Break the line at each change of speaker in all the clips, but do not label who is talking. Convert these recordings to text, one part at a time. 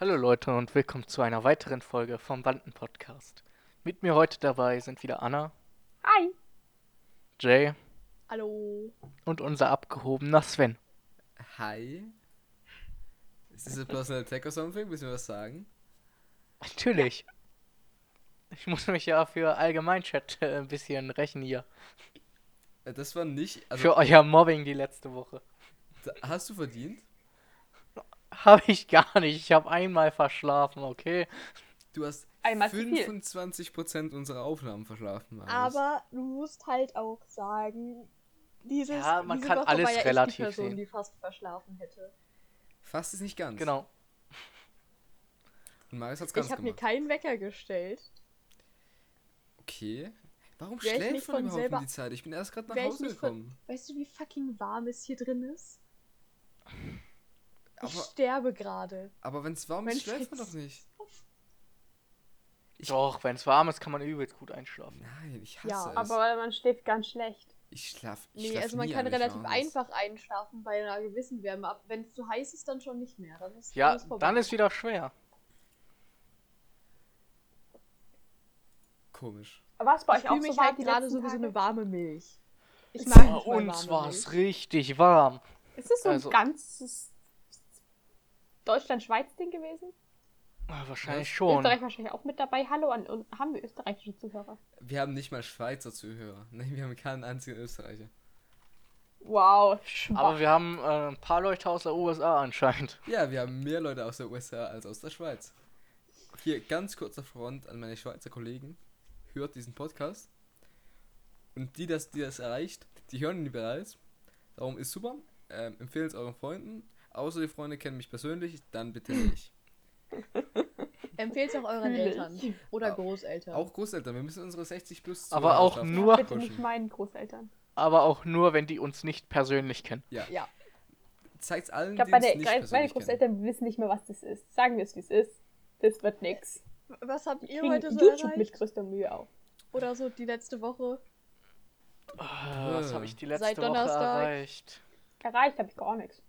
Hallo Leute und willkommen zu einer weiteren Folge vom Banden-Podcast. Mit mir heute dabei sind wieder Anna,
Hi.
Jay
Hallo.
und unser abgehobener Sven.
Hi. Is this a personal attack or something? Müssen wir was sagen?
Natürlich. Ich muss mich ja für Allgemeinchat äh, ein bisschen rächen hier.
Äh, Das war nicht. Also,
Für euer Mobbing die letzte Woche.
da- hast du verdient?
Habe ich gar nicht. Ich habe einmal verschlafen, okay?
Du hast
Einmal zu viel.
25% unserer Aufnahmen verschlafen. Marius.
Aber du musst halt auch sagen, dieses,
Ja, man
diese
kann
Woche
alles
war ja
relativ
ich die Person,
sehen.
die fast verschlafen hätte.
Fast ist nicht ganz.
Genau.
Und Marius hat's ganz
ich habe mir
gemacht.
keinen Wecker gestellt.
Okay. Warum
Wär ich nicht
schläft
von
man überhaupt
selber-
um die Zeit? Ich bin erst gerade nach
Wär ich
Hause
nicht von-
gekommen.
Weißt du, wie fucking warm es hier drin ist? Ich
Aber,
sterbe gerade.
aber wenn es warm
Wenn
ist, schläft man
schlecht's-
doch nicht. Ich-
Doch, wenn es warm ist, kann man übelst gut einschlafen.
Nein, ich hasse
Ja,
es.
aber man schläft ganz schlecht.
ich schlaf. Ich
Nee,
schlaf
also man
nie
kann
eigentlich
relativ
warm ist.
einfach einschlafen bei einer gewissen Wärme. Aber wenn es zu heiß ist, dann schon nicht mehr. Dann ist
Ja,
dann ist vorbei.
dann ist wieder schwer.
Komisch.
War es bei
ich
euch auch
fühle
so
mich
warm
halt
die
gerade
letzten
so wie so
Tage?
eine warme Milch. Ich mag
Bei
nicht mal
uns
warme
war
Milch.
es richtig warm.
Ist es so ein
Also-
ganzes Deutschland-Schweiz-Ding gewesen?
Ah, Wahrscheinlich
Was?
schon.
Österreich wahrscheinlich auch mit dabei. Hallo an und haben wir österreichische Zuhörer?
Wir haben nicht mal Schweizer Zuhörer. Nein, wir haben keinen einzigen Österreicher.
Wow, Schweiz.
Aber wir haben äh, ein paar Leute aus der USA anscheinend.
Ja, wir haben mehr Leute aus der USA als aus der Schweiz. Hier ganz kurzer Front an meine Schweizer Kollegen. Hört diesen Podcast. Und die, das, die das erreicht, die hören ihn bereits. Darum ist super. Ähm, Empfehlen es euren Freunden. Außer die Freunde kennen mich persönlich, dann bitte nicht.
Empfehlt es auch euren
Fühle ich.
Eltern oder
Au-
Großeltern.
Auch Großeltern, wir müssen unsere 60 plus
Aber
Zuhörer
auch
schaffen.
nur-
bitte nicht
pushen.
meinen Großeltern.
Aber auch nur, wenn die uns nicht persönlich kennen.
Ja.
Zeigt's allen,
Ich
die es
glaube, meine,
nicht
meine
persönlich kennen.
Großeltern wissen nicht mehr, was das ist. Sagen wir es, wie es ist. Das wird nix.
Was habt ihr
Kriegen
heute so
YouTube
erreicht?
mit größter Mühe auf.
Oder so die letzte Woche?
Ah, was habe ich die letzte
Seit
Woche
Donnerstag.
erreicht?
Erreicht habe ich gar nichts.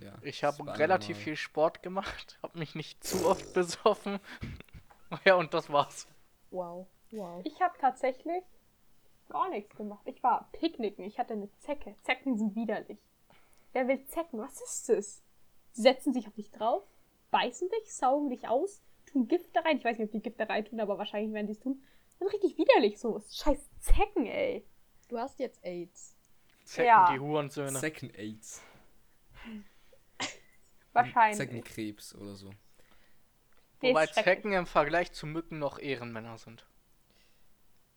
Ja,
Ich
das
habe
war
relativ
normal.
viel Sport gemacht, habe mich nicht zu oft besoffen. ja, und das war's.
Wow. Wow.
Ich habe tatsächlich gar nichts gemacht. Ich war picknicken. Ich hatte eine Zecke. Zecken sind widerlich. Wer will Zecken? Was ist das? Sie setzen sich auf dich drauf, beißen dich, saugen dich aus, tun Gift da rein. Ich weiß nicht, ob die Gift da rein tun, aber wahrscheinlich werden die es tun. Sind richtig widerlich so. Scheiß Zecken, ey.
Du hast jetzt AIDS.
Zecken,
Ja.
die Hurensöhne.
Second AIDS.
Wahrscheinlich.
Second-Krebs oder so.
Die ist
Wobei
schrecklich.
Zecken im Vergleich zu Mücken noch Ehrenmänner sind.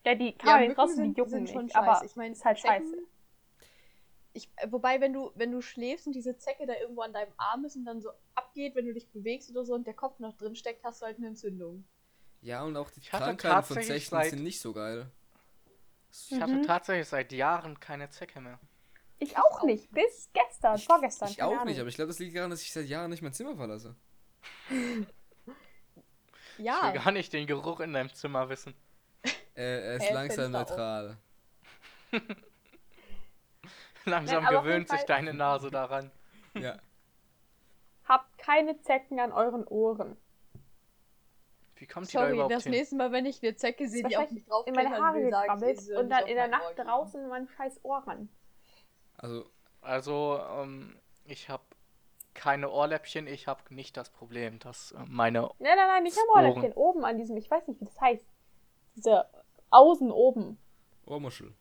Ja, die Kabel
Mücken
draußen, die
sind-
jucken
sind
nicht.
schon
aber
scheiße. Ich mein,
ist halt
Zecken-
scheiße.
Ich, äh, wobei, wenn du, wenn du schläfst und diese Zecke da irgendwo an deinem Arm ist und dann so abgeht, wenn du dich bewegst oder so und der Kopf noch drin steckt, hast du halt eine Entzündung.
Ja, und auch die
Ich hatte
Krankheiten von
tatsächlich
Zechen
seit-
sind nicht so geil.
Ich
Mhm.
hatte tatsächlich seit Jahren keine Zecke mehr.
Ich auch nicht. Bis gestern, vorgestern.
Ich
keine
auch
Ahnung.
nicht, aber ich glaube, das liegt daran, dass ich seit Jahren nicht mein Zimmer verlasse.
Ich
Ah.
will
Ja.
gar nicht den Geruch in deinem Zimmer wissen.
Äh, er ist
Äh,
langsam
Fenster auf.
neutral.
Langsam
aber auf
gewöhnt
jeden
sich
Fall-
deine Nase daran.
Ja.
Habt keine Zecken an euren Ohren.
Wie kommt die da
Sorry,
überhaupt
das
hin?
nächste Mal, wenn ich eine Zecke sehe, die auf mich drauf
in meine Haare
will, sag ich,
gekrabbelt
sie soll
und
nicht
dann
auf
in der
mein
Nacht
Ohr gehen.
draußen in meinen scheiß Ohren.
Also,
Also, ähm, ich habe keine Ohrläppchen, ich habe nicht das Problem, dass äh, meine.
Nein, nein, nein, nicht am
Ohren.
Ohrläppchen. Oben an diesem, ich weiß nicht, wie das heißt. Diese außen oben.
Ohrmuschel.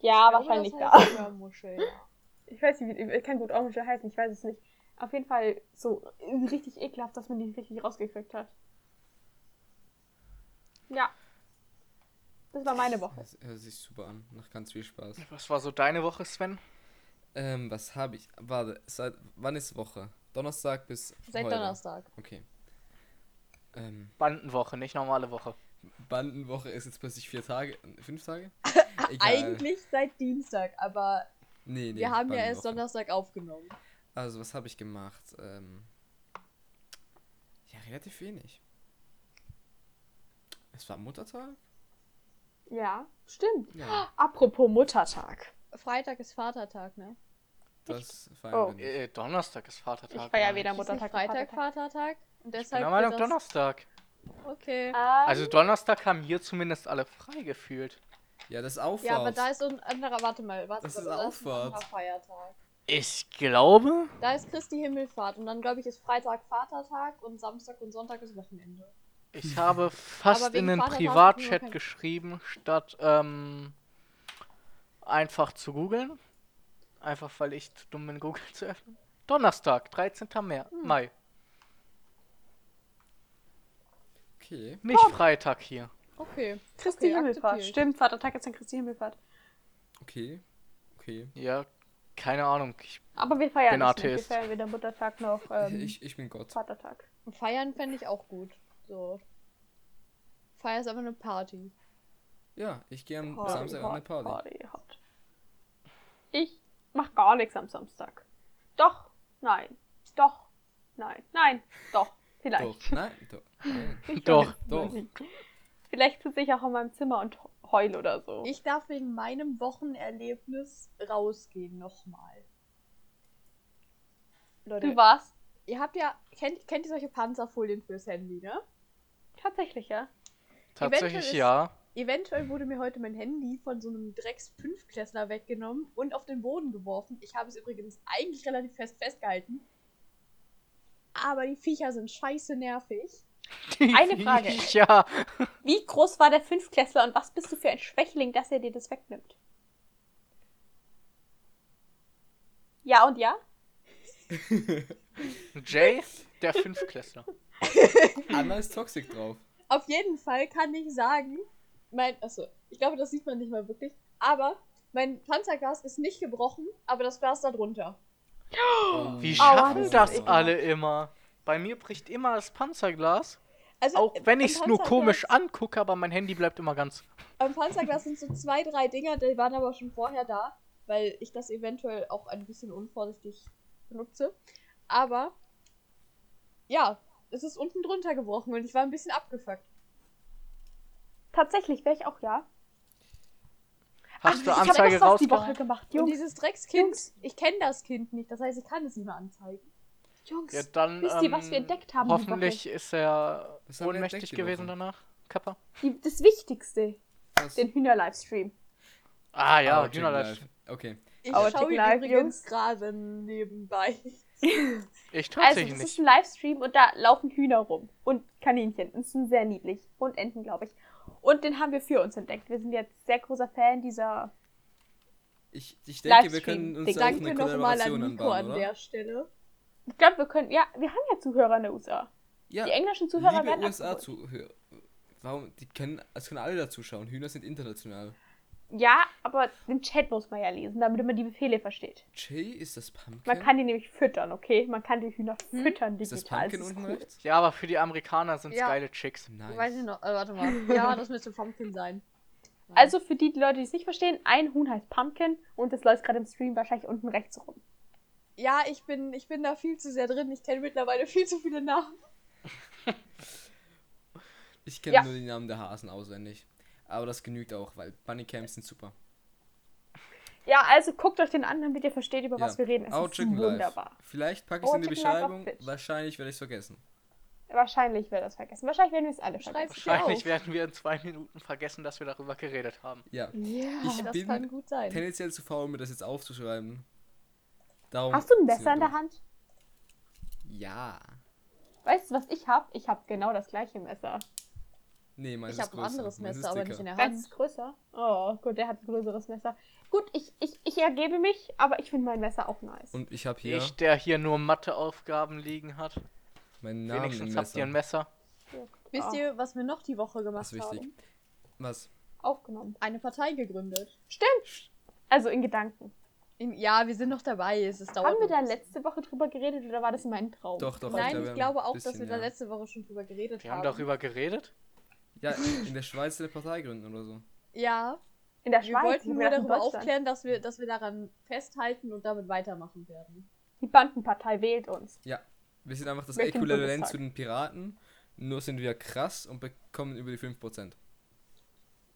Ja,
Ich glaube,
wahrscheinlich
das
da.
heißt Hörmuschel, ja.
Ich weiß nicht, wie, ich kann gut Orange heißen, ich weiß es nicht. Auf jeden Fall so richtig ekelhaft, dass man die richtig rausgekriegt hat. Ja. Das war meine Woche.
Das hört sich super an. Macht ganz viel Spaß.
Was war so deine Woche, Sven?
Ähm, was habe ich? Warte, seit wann ist Woche? Donnerstag bis
Seit
heute.
Donnerstag.
Okay. Ähm,
Bandenwoche, nicht normale Woche.
Bandenwoche ist jetzt plötzlich vier Tage, fünf Tage? Egal.
Eigentlich seit Dienstag, aber
Nee, nee,
wir haben ja erst
Bandenwoche.
Donnerstag aufgenommen.
Also, was habe ich gemacht? Ähm, ja, relativ wenig. Es war Muttertag?
Ja, stimmt.
Ja.
Ah, Apropos Muttertag.
Freitag ist Vatertag, ne?
Das feiern
Oh.
wir nicht.
Äh, Donnerstag ist Vatertag.
Ich feier
Mann.
weder
Ich
Mut-
Ist nicht
Muttertag,
Freitag,
Vatertag.
Vatertag. Und
bin
deshalb
der Meinung,
wird das-
Donnerstag.
Okay.
Ah. Ähm,
Also Donnerstag haben hier zumindest alle frei gefühlt.
Ja, das ist Auffahrt.
Ja, aber da ist so ein anderer, warte mal, warte
Das
mal,
ist
da ein
Auffahrt.
anderer Feiertag.
Ich glaube,
Da ist Christi Himmelfahrt und dann glaube ich ist Freitag Vatertag und Samstag und Sonntag ist Wochenende.
ich habe fast
Aber
in
wegen
den
Vatertag nur
Privatchat
kein-
geschrieben, statt ähm, einfach zu googeln. Einfach weil ich zu dumm bin, Google zu öffnen. Donnerstag, 13. Mer-
Hm.
Mai.
okay.
Nicht Freitag hier.
Okay.
Christi
Okay, akzeptiere
Himmelfahrt.
ich.
Stimmt, Vatertag ist dann Christi Himmelfahrt.
Okay. Okay.
Ja, keine Ahnung. Ich,
Aber wir feiern
Bin
das
Atheist.
nicht. Wir feiern weder Muttertag noch ähm,
ich, ich bin Gott.
Vatertag.
Feiern fände ich auch gut. So. Feier ist aber eine Party.
Ja, ich gehe am Samstag an eine Party.
hot. Ich mach gar nichts am Samstag. Doch, nein, doch, nein, nein, doch, vielleicht.
Doch. Nein, doch. Nein.
doch.
Doch.
Vielleicht sitze ich auch in meinem Zimmer und heul oder so.
Ich darf wegen meinem Wochenerlebnis rausgehen nochmal. Leute,
du warst
ihr habt ja, kennt, kennt ihr solche Panzerfolien fürs Handy, ne?
tatsächlich, ja.
Tatsächlich
ist-
ja.
Eventuell wurde mir heute mein Handy von so einem Drecks-Fünftklässler weggenommen und auf den Boden geworfen. Ich habe es übrigens eigentlich relativ fest festgehalten. Aber die Viecher sind scheiße nervig.
Eine Frage.
Ja.
Wie groß war der Fünftklässler und was bist du für ein Schwächling, dass er dir das wegnimmt? Ja und ja?
Jay, der Fünftklässler.
Anna ist toxisch drauf.
Auf jeden Fall kann ich sagen, mein, achso, ich glaube, das sieht man nicht mal wirklich, aber mein Panzerglas ist nicht gebrochen, aber das Glas darunter.
Wie
Aua,
schaffen
das
Oh,
ist
das
ekelhaft.
alle immer? Bei mir bricht immer das Panzerglas.
Äh,
Also,
Auch wenn
am
ich es nur
Panzerglas-
komisch angucke, aber mein Handy bleibt immer ganz.
Am Panzerglas sind so zwei, drei Dinger, die waren aber schon vorher da, weil ich das eventuell auch ein bisschen unvorsichtig benutze. Aber ja, es ist unten drunter gebrochen und ich war ein bisschen abgefuckt.
Tatsächlich wäre ich auch ja.
Hast du
ich
Anzeige
das doch die Woche
rausgehauen?
gemacht,
Und
Jungs.
dieses Dreckskind,
Jungs.
ich kenne das Kind nicht, das heißt, ich kann es nicht mehr anzeigen.
Jungs.
Ja, dann. ähm,
Wisst ihr, was wir entdeckt haben die
Hoffentlich ist er
Was haben wir
ohnmächtig
entdeckt die
gewesen
Woche?
danach. Kappa.
Die, das Wichtigste,
Was?
den Hühner-Livestream.
Ah ja,
Outing
Hühnerleib.
Life. Okay.
Ich
Aber
schaue
Tick
ihn
Live,
übrigens gerade nebenbei.
Ich
Also,
tatsächlich
das
nicht.
ist ein Livestream und da laufen Hühner rum und Kaninchen. Und sind sehr niedlich. Und Enten, glaube ich. Und den haben wir für uns entdeckt. Wir sind jetzt sehr großer Fan dieser.
Ich, ich denke, wir
Livestream.
können uns
Ich
da auch
Danke
eine
nochmal an
Kollaboration
Nico
anbauen,
an
oder?
der Stelle.
Ich glaube, wir können. Ja, wir haben ja Zuhörer in der USA.
Ja,
Die englischen Zuhörer
liebe
werden. abgeholt.
USA-Zuhörer. Warum? Die können, es können alle dazuschauen. Hühner sind international.
Ja, aber den Chat muss man ja lesen, damit man die Befehle versteht.
Jay, ist das Pumpkin?
Man kann die nämlich füttern, okay? Man kann die Hühner füttern
ist das
digital.
Pumpkin
das ist
unten
cool.
rechts?
Ja, aber für die Amerikaner sind es
Ja.
geile Chicks.
Nice.
Weiß ich noch, äh, warte mal. Ja, das müsste Pumpkin sein.
Also für die Leute, die es nicht verstehen, ein Huhn heißt Pumpkin und das läuft gerade im Stream wahrscheinlich unten rechts rum.
Ja, ich bin, ich bin da viel zu sehr drin. Ich kenne mittlerweile viel zu viele Namen.
Ich kenne
Ja.
nur die Namen der Hasen auswendig. Aber das genügt auch, weil Bunnycams sind super.
Ja, also guckt euch den an, damit ihr versteht, über was
Ja.
wir reden. Es
Au
ist
Chicken Life.
wunderbar.
Vielleicht packe ich es
Oh,
in die
Chicken Life auf
Beschreibung.
Twitch.
Wahrscheinlich werde ich es vergessen.
Wahrscheinlich wird das vergessen. Wahrscheinlich werden wir es alle vergessen.
Schreib's
Wahrscheinlich
dir auf.
werden wir in zwei Minuten vergessen, dass wir darüber geredet haben.
Ja.
Ja,
Ich
Ah, das
bin
kann gut sein.
Tendenziell zu faul, um mir das jetzt aufzuschreiben. Darum
Hast du ein
sind wir
Messer in der
durch.
Hand?
Ja.
Weißt du, was ich habe? Ich habe genau das gleiche Messer.
Nee, meins
Ich
ist
habe ein
größer.
anderes
Meins ist
Messer, aber
dicker.
nicht in der
Deins
Hand.
ist größer. Oh Gott, der hat ein größeres Messer. Gut, ich, ich, ich ergebe mich, aber ich finde mein Messer auch nice.
Und ich habe hier
Ich, der hier nur Matheaufgaben liegen hat.
meinen Namen im
Wenigstens habt ihr
Messer.
ein Messer.
Wisst
Ah,
ihr, was wir noch die Woche gemacht
Das ist wichtig.
haben?
Was?
Aufgenommen.
Eine Partei gegründet.
Stimmt. Also in Gedanken.
In, ja, wir sind noch dabei. Es ist dauert
Haben wir da
noch ein bisschen.
letzte Woche drüber geredet oder war das mein Traum?
Doch, doch.
Nein,
wir
ich
haben
glaube
ein
auch, dass
bisschen,
wir da
ja.
letzte Woche schon drüber geredet
Wir haben darüber geredet.
Ja, in der Schweiz eine Partei gründen oder so.
Ja,
In der
wir
Schweiz. Ich
wollten
hab
nur
gedacht, in
darüber
Deutschland.
aufklären, dass wir, dass wir daran festhalten und damit weitermachen werden.
Die Bandenpartei wählt uns.
Ja. Wir sind einfach das
Welchen
Äquivalent
Bundestag?
zu den Piraten, nur sind wir krass und bekommen über die 5%.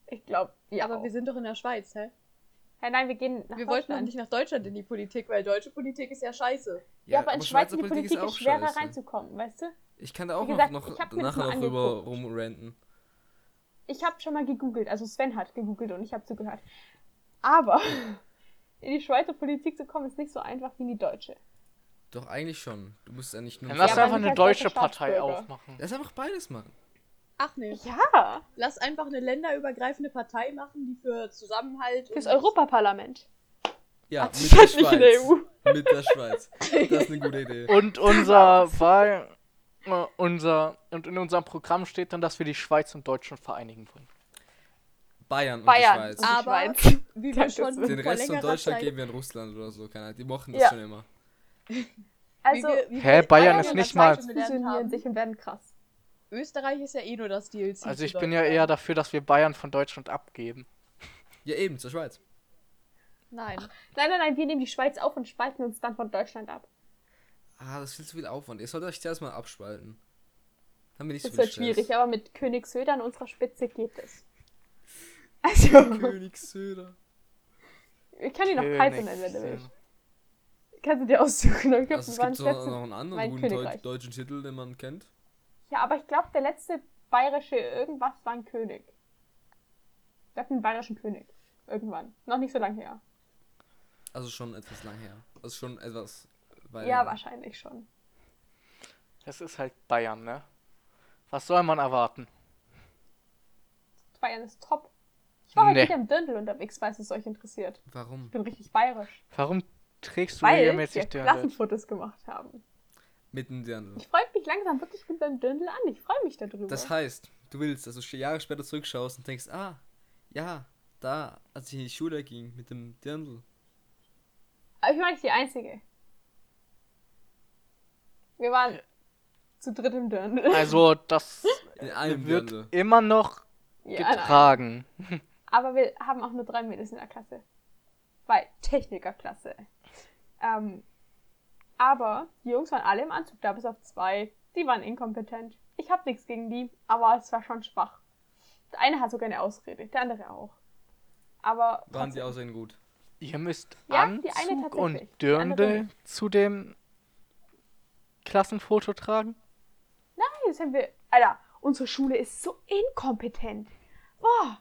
Ich glaube, ja.
Aber wir sind doch in der Schweiz, hä?
Ja, nein, wir gehen nach
Wir wollten doch
Deutschland.
nicht nach Deutschland in die Politik, weil deutsche Politik ist ja scheiße.
ja, aber in Schweiz in die Politik ist, schwerer reinzukommen, weißt du?
Ich kann da auch
Wie gesagt,
noch,
ich
noch
hab mir das
nachher
mal
noch drüber
angeguckt.
rumrenten.
Ich habe schon mal gegoogelt, also Sven hat gegoogelt und ich habe zugehört. Aber in die Schweizer Politik zu kommen, ist nicht so einfach wie in die deutsche.
Doch, eigentlich schon. Du musst ja nicht nur...
Dann lass
aber
einfach
nicht
eine
als
deutsche
deutscher
Partei
Staatsbürger.
aufmachen.
Lass einfach beides machen.
Ach nee.
Ja,
Lass einfach eine länderübergreifende Partei machen, die für Zusammenhalt.
fürs
und-
Europaparlament.
Ja,
Ach,
mit der
halt nicht in der
Schweiz. Mit der Schweiz. Das ist eine gute Idee.
Und unser Wahl. äh, Unser, und in unserem Programm steht dann, dass wir die Schweiz und Deutschland vereinigen wollen.
Bayern und
Bayern.
die Schweiz.
Ah,
Aber
Schweiz.
wie wir
Danke,
schon
Sven.
Den
vor
Rest von
längerer
Deutschland
Zeit,
geben wir in Russland oder so. Keine Ahnung. Die mochten
Ja.
das schon immer.
Also,
wie wir, wie
Hä,
wir
Bayern
Bayern
ist
und
nicht
das Falsche
mal-
gelernt
fusionieren
haben.
sich und werden krass.
Österreich ist ja eh nur das DLC.
Also
zu
ich bin ja
Deutschland.
eher dafür, dass wir Bayern von Deutschland abgeben.
Ja, eben, zur Schweiz.
Nein.
Nein, nein, nein, wir nehmen die Schweiz auf und spalten uns dann von Deutschland ab.
Ah, das ist viel zu viel Aufwand. Ihr sollt euch zuerst mal abspalten. Haben wir nicht
Das
so
wird
viel
schwierig,
Stress.
aber mit König Söder an unserer Spitze geht es. Also,
König Söder.
ich kann ihn noch
König
Kaiser nennen, wenn du
Söder.
willst. Kannst du dir aussuchen. Ich glaub,
Also es
wir waren
gibt so
letzte-
noch einen anderen
mein
guten Deu
Königreich.
deutschen Titel, den man kennt.
Ja, aber ich glaube, der letzte bayerische irgendwas war ein König. Wir hatten einen bayerischen König. Irgendwann. Noch nicht so lange her.
Also schon etwas lang her. Also schon etwas weiter.
Ja,
her.
wahrscheinlich schon.
Das ist halt Bayern, ne? Was soll man erwarten?
Bayern ist top. Ich war heute
Nee.
wieder im Dirndl unterwegs, falls es euch interessiert.
Warum?
Ich bin richtig bayerisch.
Warum trägst du
Weil wir
regelmäßig Dirndl?
Klassenfotos gemacht haben.
Mitten Dirndl.
Ich freue mich langsam wirklich gut beim Dirndl an. Ich freue mich darüber.
Das heißt, du willst, dass du sch- Jahre später zurückschaust und denkst, ah, ja, da, als ich in die Schule ging mit dem Dirndl.
Aber ich war nicht die Einzige. Wir waren zu dritt im Dirndl.
Äh. Also das
In einem
wird
Dirndl.
immer noch
Ja, also nein.
getragen.
Aber wir haben auch nur drei Mädels in der Klasse. Bei Technikerklasse. Ähm, aber die Jungs waren alle im Anzug da, bis auf zwei. Die waren inkompetent. Ich habe nichts gegen die, aber es war schon schwach. Der eine hat sogar eine Ausrede, der andere auch. Aber
Waren die
trotzdem.
aussehen gut.
Ihr müsst
Ja, die eine
Anzug und
tatsächlich, die andere
Dirndl zu dem Klassenfoto tragen?
Nein, das haben wir. Alter, unsere Schule ist so inkompetent. Boah.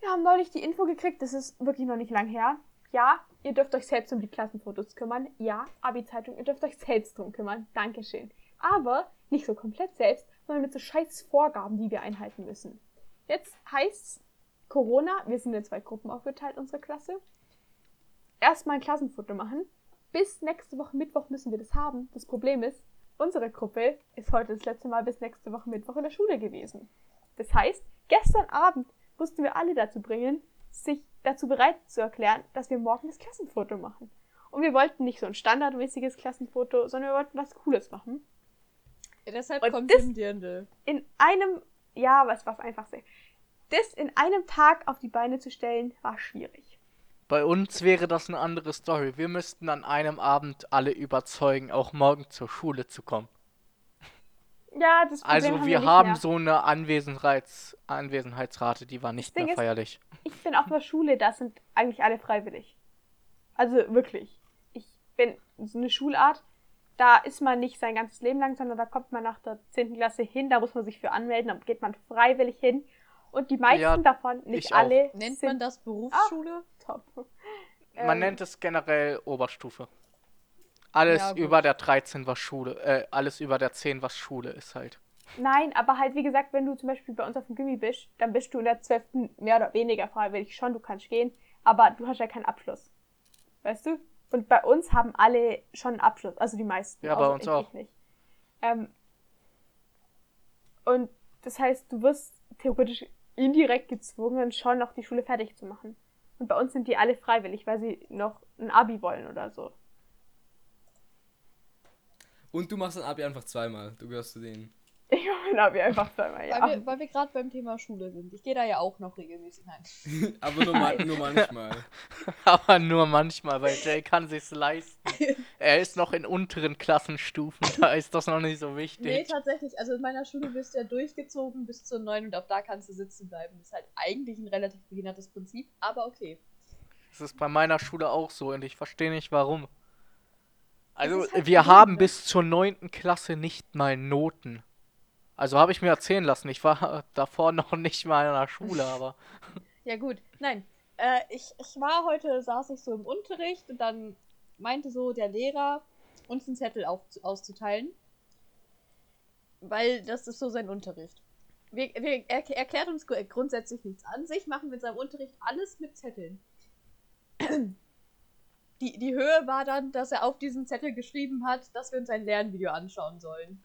Wir haben neulich die Info gekriegt, das ist wirklich noch nicht lang her. Ja, ihr dürft euch selbst um die Klassenfotos kümmern. Ja, Abi-Zeitung, ihr dürft euch selbst drum kümmern. Dankeschön. Aber nicht so komplett selbst, sondern mit so scheiß Vorgaben, die wir einhalten müssen. Jetzt heißt's Corona, wir sind in zwei Gruppen aufgeteilt, unsere Klasse. Erstmal ein Klassenfoto machen. Bis nächste Woche Mittwoch müssen wir das haben. Das Problem ist, Unsere Gruppe ist heute das letzte Mal bis nächste Woche Mittwoch in der Schule gewesen. Das heißt, gestern Abend mussten wir alle dazu bringen, sich dazu bereit zu erklären, dass wir morgen das Klassenfoto machen. Und wir wollten nicht so ein standardmäßiges Klassenfoto, sondern wir wollten was Cooles machen.
Ja, deshalb
Und
kommt
das-
im Dirndl.
In einem, ja, was war es einfach sehr. Das in einem Tag auf die Beine zu stellen, war schwierig.
Bei uns wäre das eine andere Story. Wir müssten an einem Abend alle überzeugen, auch morgen zur Schule zu kommen.
Ja, das Problem
Also
haben
wir
nicht
haben
mehr.
so eine Anwesenheits Anwesenheitsrate, die war nicht
Ding
mehr
ist-
feierlich.
Ich bin auf einer Schule, da sind eigentlich alle freiwillig. Also wirklich. Ich bin so eine Schulart, da ist man nicht sein ganzes Leben lang, sondern da kommt man nach der 10. Klasse hin, da muss man sich für anmelden, dann geht man freiwillig hin. Und die meisten
Ja,
davon, nicht
ich auch.
alle,
Nennt
sind Ah,
man das Berufsschule?
top.
Man
Ähm,
nennt es generell Oberstufe. Alles
Ja, gut.
über der 13 war Schule, äh, alles über der 10 was Schule ist halt.
Nein, aber halt, wie gesagt, wenn du zum Beispiel bei uns auf dem Gimmi bist, dann bist du in der 12. mehr oder weniger freiwillig schon, du kannst gehen, aber du hast ja keinen Abschluss. Weißt du? Und bei uns haben alle schon einen Abschluss, also die meisten.
Ja, bei
außer
uns
ich,
auch.
Ich nicht. Ähm, und das heißt, du wirst theoretisch indirekt gezwungen, schon noch die Schule fertig zu machen. Und bei uns sind die alle freiwillig, weil sie noch ein Abi wollen oder so.
Und du machst dann Abi einfach zweimal. Du gehörst zu denen.
Ich hoffe, da wir einfach zweimal, Ah, ja.
Weil wir, weil wir gerade beim Thema Schule sind. Ich gehe da ja auch noch regelmäßig rein.
Aber nur, ma nur manchmal.
Aber nur manchmal, weil Jay kann sich's leisten. er ist noch in unteren Klassenstufen, da ist das noch nicht so
Nee,
wichtig.
tatsächlich. Also in meiner Schule wirst du ja durchgezogen bis zur 9 und ab da kannst du sitzen bleiben. Das ist halt eigentlich ein relativ behindertes Prinzip, aber okay.
Das ist bei meiner Schule auch so und ich verstehe nicht warum. Also,
ist halt
wir
Schule.
haben bis zur 9. Klasse nicht mal Noten. Also habe ich mir erzählen lassen. Ich war davor noch nicht mal in der Schule, aber
Ja, gut. Nein. Äh, ich, ich war heute, saß ich so im Unterricht und dann meinte so der Lehrer, uns einen Zettel auf, auszuteilen. Weil das ist so sein Unterricht. Wir, wir, er er erklärt uns gru- grundsätzlich nichts an sich, machen mit seinem Unterricht alles mit Zetteln. Die, die Höhe war dann, dass er auf diesem Zettel geschrieben hat, dass wir uns ein Lernvideo anschauen sollen.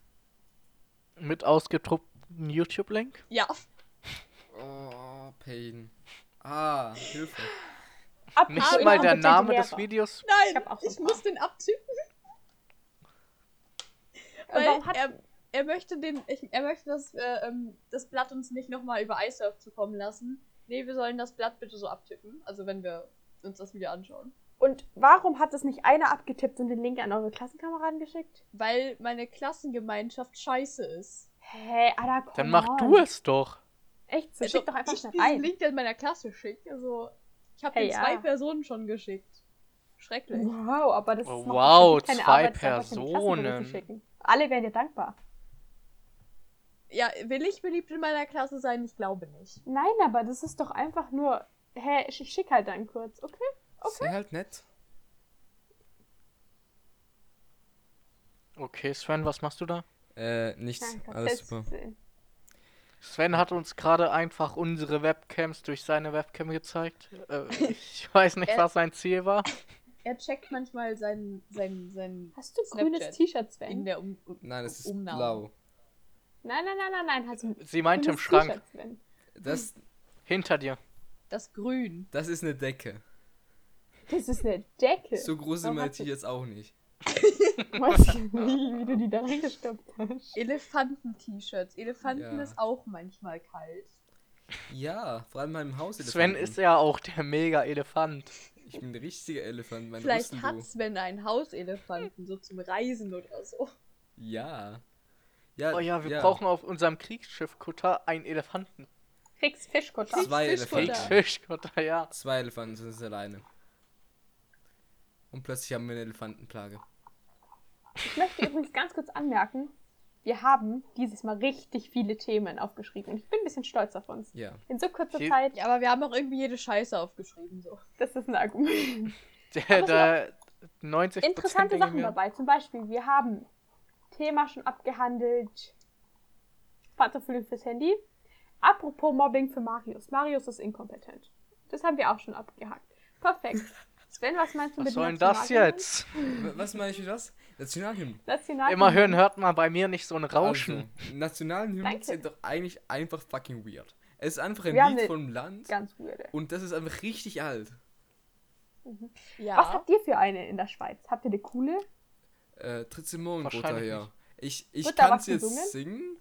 mit ausgedrucktem YouTube-Link.
Ja,
Oh, Pain. Ah, Hilfe.
Nicht
oh,
Absolut
mal der
inkompetente
Name des
Lehrer.
Videos.
nein,
hab auch so
ich
ein
muss den abtippen.
Weil
Weil
Warum hat
er, er möchte den, ich, er möchte, dass äh, ähm, das Blatt uns nicht nochmal über iSurf zukommen lassen. Nee, wir sollen das Blatt bitte so abtippen. Also wenn wir uns das Video anschauen.
Und warum hat das nicht einer abgetippt und den Link an eure Klassenkameraden geschickt?
Weil meine Klassengemeinschaft scheiße ist.
Hä, hey, Ada, komm
Dann mach du es doch.
Echt, so schick doch
Also,
einfach
ich
schnell
diesen
ein.
Link in meiner Klasse schicke. Also ich habe
Hey,
den zwei
ja.
Personen schon geschickt. Schrecklich.
Wow, aber das
Oh,
ist noch
wow,
wirklich keine
zwei
Arbeit, das einfach in die Klassengröße
Personen.
zu schicken. Alle wären dir dankbar.
Ja, will ich beliebt in meiner Klasse sein? Ich glaube nicht.
Nein, aber das ist doch einfach nur, hä, hey, ich schick halt dann kurz, okay?
Sei halt nett.
Okay, Sven, was machst du da?
Äh, nichts.
Danke,
Alles
selbst
super.
gesehen.
Sven hat uns gerade einfach unsere Webcams durch seine Webcam gezeigt. Äh, ich weiß nicht,
Äh.
was sein Ziel war.
Er checkt manchmal seinen, seinen, seinen
Hast du grünes
Snapchat.
T-Shirt, Sven?
in der um um-
Nein, es ist
Umnahme.
blau.
Nein, nein, nein, nein, nein, hast du ein
Sie meinte im
grünes
Schrank.
T-Shirt, Sven?
Das,
Hinter dir.
Das Grün.
das ist eine Decke.
Das ist eine Decke.
So groß sind
Warum
meine
hast du-
T-Shirts auch nicht.
Weiß ich nicht, wie du die da reingestopft hast.
Elefanten-T-Shirts. Elefanten
Ja.
ist auch manchmal kalt.
Ja, vor allem in meinem Haus.
Sven ist ja auch der Mega-Elefant.
Ich bin ein richtiger Elefant. Mein
Vielleicht
Russenbo.
hat Sven einen Hauselefanten, so zum Reisen oder so.
Ja. Äh, ja.
Oh ja, wir brauchen auf unserem Kriegsschiff Kutter einen Elefanten.
Kriegst Fischkutter.
Zwei
Fischfutter.
Elefanten.
Ja.
Kriegsschiff Kutter, ja.
Zwei Elefanten sind es alleine. Und plötzlich haben wir eine Elefantenplage.
Ich möchte übrigens ganz kurz anmerken, wir haben dieses Mal richtig viele Themen aufgeschrieben und ich bin ein bisschen stolz auf uns.
Ja.
In so kurzer
Viel-
Zeit,
Ja, aber wir haben auch irgendwie jede Scheiße aufgeschrieben. So.
das ist ein Argument.
Der,
es
der 90
Interessante Sachen dabei. Zum Beispiel, wir haben Thema schon abgehandelt, Vaterfüllung fürs Handy. Apropos Mobbing für Marius. Marius ist inkompetent. Das haben wir auch schon abgehakt. Perfekt. Sven, was meinst du
Was
mit
soll denn das
Nationalhymnen?
jetzt?
W- Was meine ich mit was? Nationalhymnen.
Nationalhymnen.
Immer hören, hört man bei mir nicht so ein Rauschen.
Also, Nationalhymnen
Danke.
sind doch eigentlich einfach fucking weird. Es ist einfach ein
Wir haben
Lied
eine-
vom Land
Ganz weirde.
und das ist einfach richtig alt.
Ja.
Was habt ihr für eine in der Schweiz? Habt ihr eine coole?
Äh, tritt sie morgen runter
Wahrscheinlich
her.
nicht.
Ich, ich
Wird da
kann
was
sie jetzt
gesungen?
singen,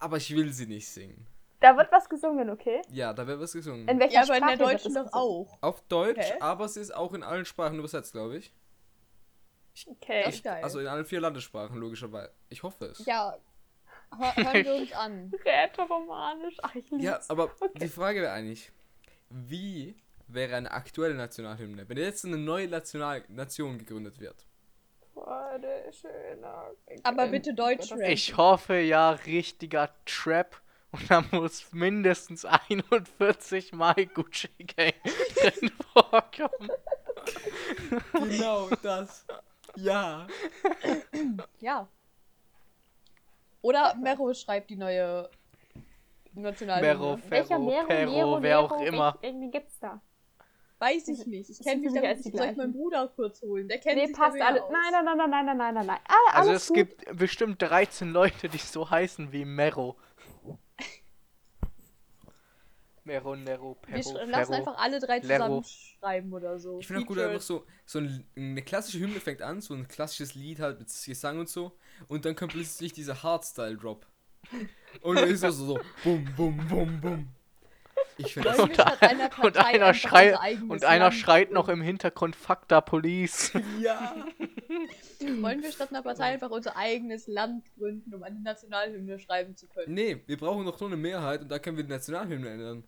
aber ich will sie nicht singen.
Da wird was gesungen, okay?
Ja, da wird was
Hm.
gesungen.
In welcher
ja, aber
Sprache
in der
wird
Deutschen
das
doch
gesungen?
auch.
Auf Deutsch,
Hä?
aber sie ist auch in allen Sprachen übersetzt, glaube ich.
Okay.
Echt geil.
Also in allen vier Landessprachen, logischerweise. Ich hoffe es.
ja. Hör, hören wir uns an.
Rätoromanisch. Ach, ich lieb's.
Ja, aber
Okay.
die Frage wäre eigentlich, wie wäre eine aktuelle Nationalhymne, wenn jetzt eine neue National Nation gegründet wird?
Freude, schöner.
Aber bitte Deutschrap.
Ähm, Ich hoffe ja, richtiger Trap. Und da muss mindestens 41 Mal Gucci Gang drin vorkommen.
Genau das. Ja.
Ja. Oder Mero schreibt die neue
Mero,
Nationalhymne.
Welcher
Ferro,
Mero,
Perro,
Nero,
wer
Nero,
auch immer.
welch- Irgendwie gibt's da.
Weiß ich nicht. Ich kenne
sind
mich
für mich
damit
als die
nicht. Soll ich
gleichen.
meinen Bruder kurz holen? Der kennt
nee,
sich
passt
da
alles.
mega aus.
Nein, nein, nein, nein, nein, nein, nein, nein, nein. Ah,
Also
alles
es
gut.
gibt bestimmt 13 Leute, die so heißen wie Mero. Mero, Nero,
Wir
Perro,
sch- lassen
Ferro.
einfach alle drei
Lero.
zusammen schreiben oder so.
Ich finde auch gut,
Featured.
einfach so, so ein, eine klassische Hymne fängt an, so ein klassisches Lied halt mit Gesang und so, und dann kommt plötzlich dieser Hardstyle-Drop. Und dann ist das so, so, bum, bum, bum, bum. Ich finde das
Wollen wir statt einer
Und
Partei
einer,
einfach
schrei
unser eigenes
und einer
Land
schreit noch im Hintergrund, fuck da Police.
ja.
Wollen wir statt einer Partei einfach unser eigenes Land gründen, um eine Nationalhymne schreiben zu können?
Nee, wir brauchen noch nur eine Mehrheit und da können wir die Nationalhymne ändern.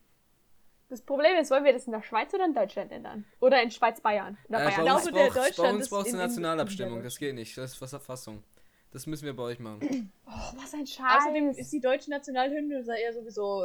Das Problem ist, wollen wir das in der Schweiz oder in Deutschland ändern? Oder in Schweiz-Bayern? Oder
Äh,
Bayern?
bei uns
Glaube der
braucht's- bei
Deutschland
uns
ist
braucht es
in-
eine
in-
Nationalabstimmung, das geht nicht, das ist Verfassung. Das müssen wir bei euch machen.
Oh, was ein Scheiß.
Außerdem ist die deutsche Nationalhymne ja eher sowieso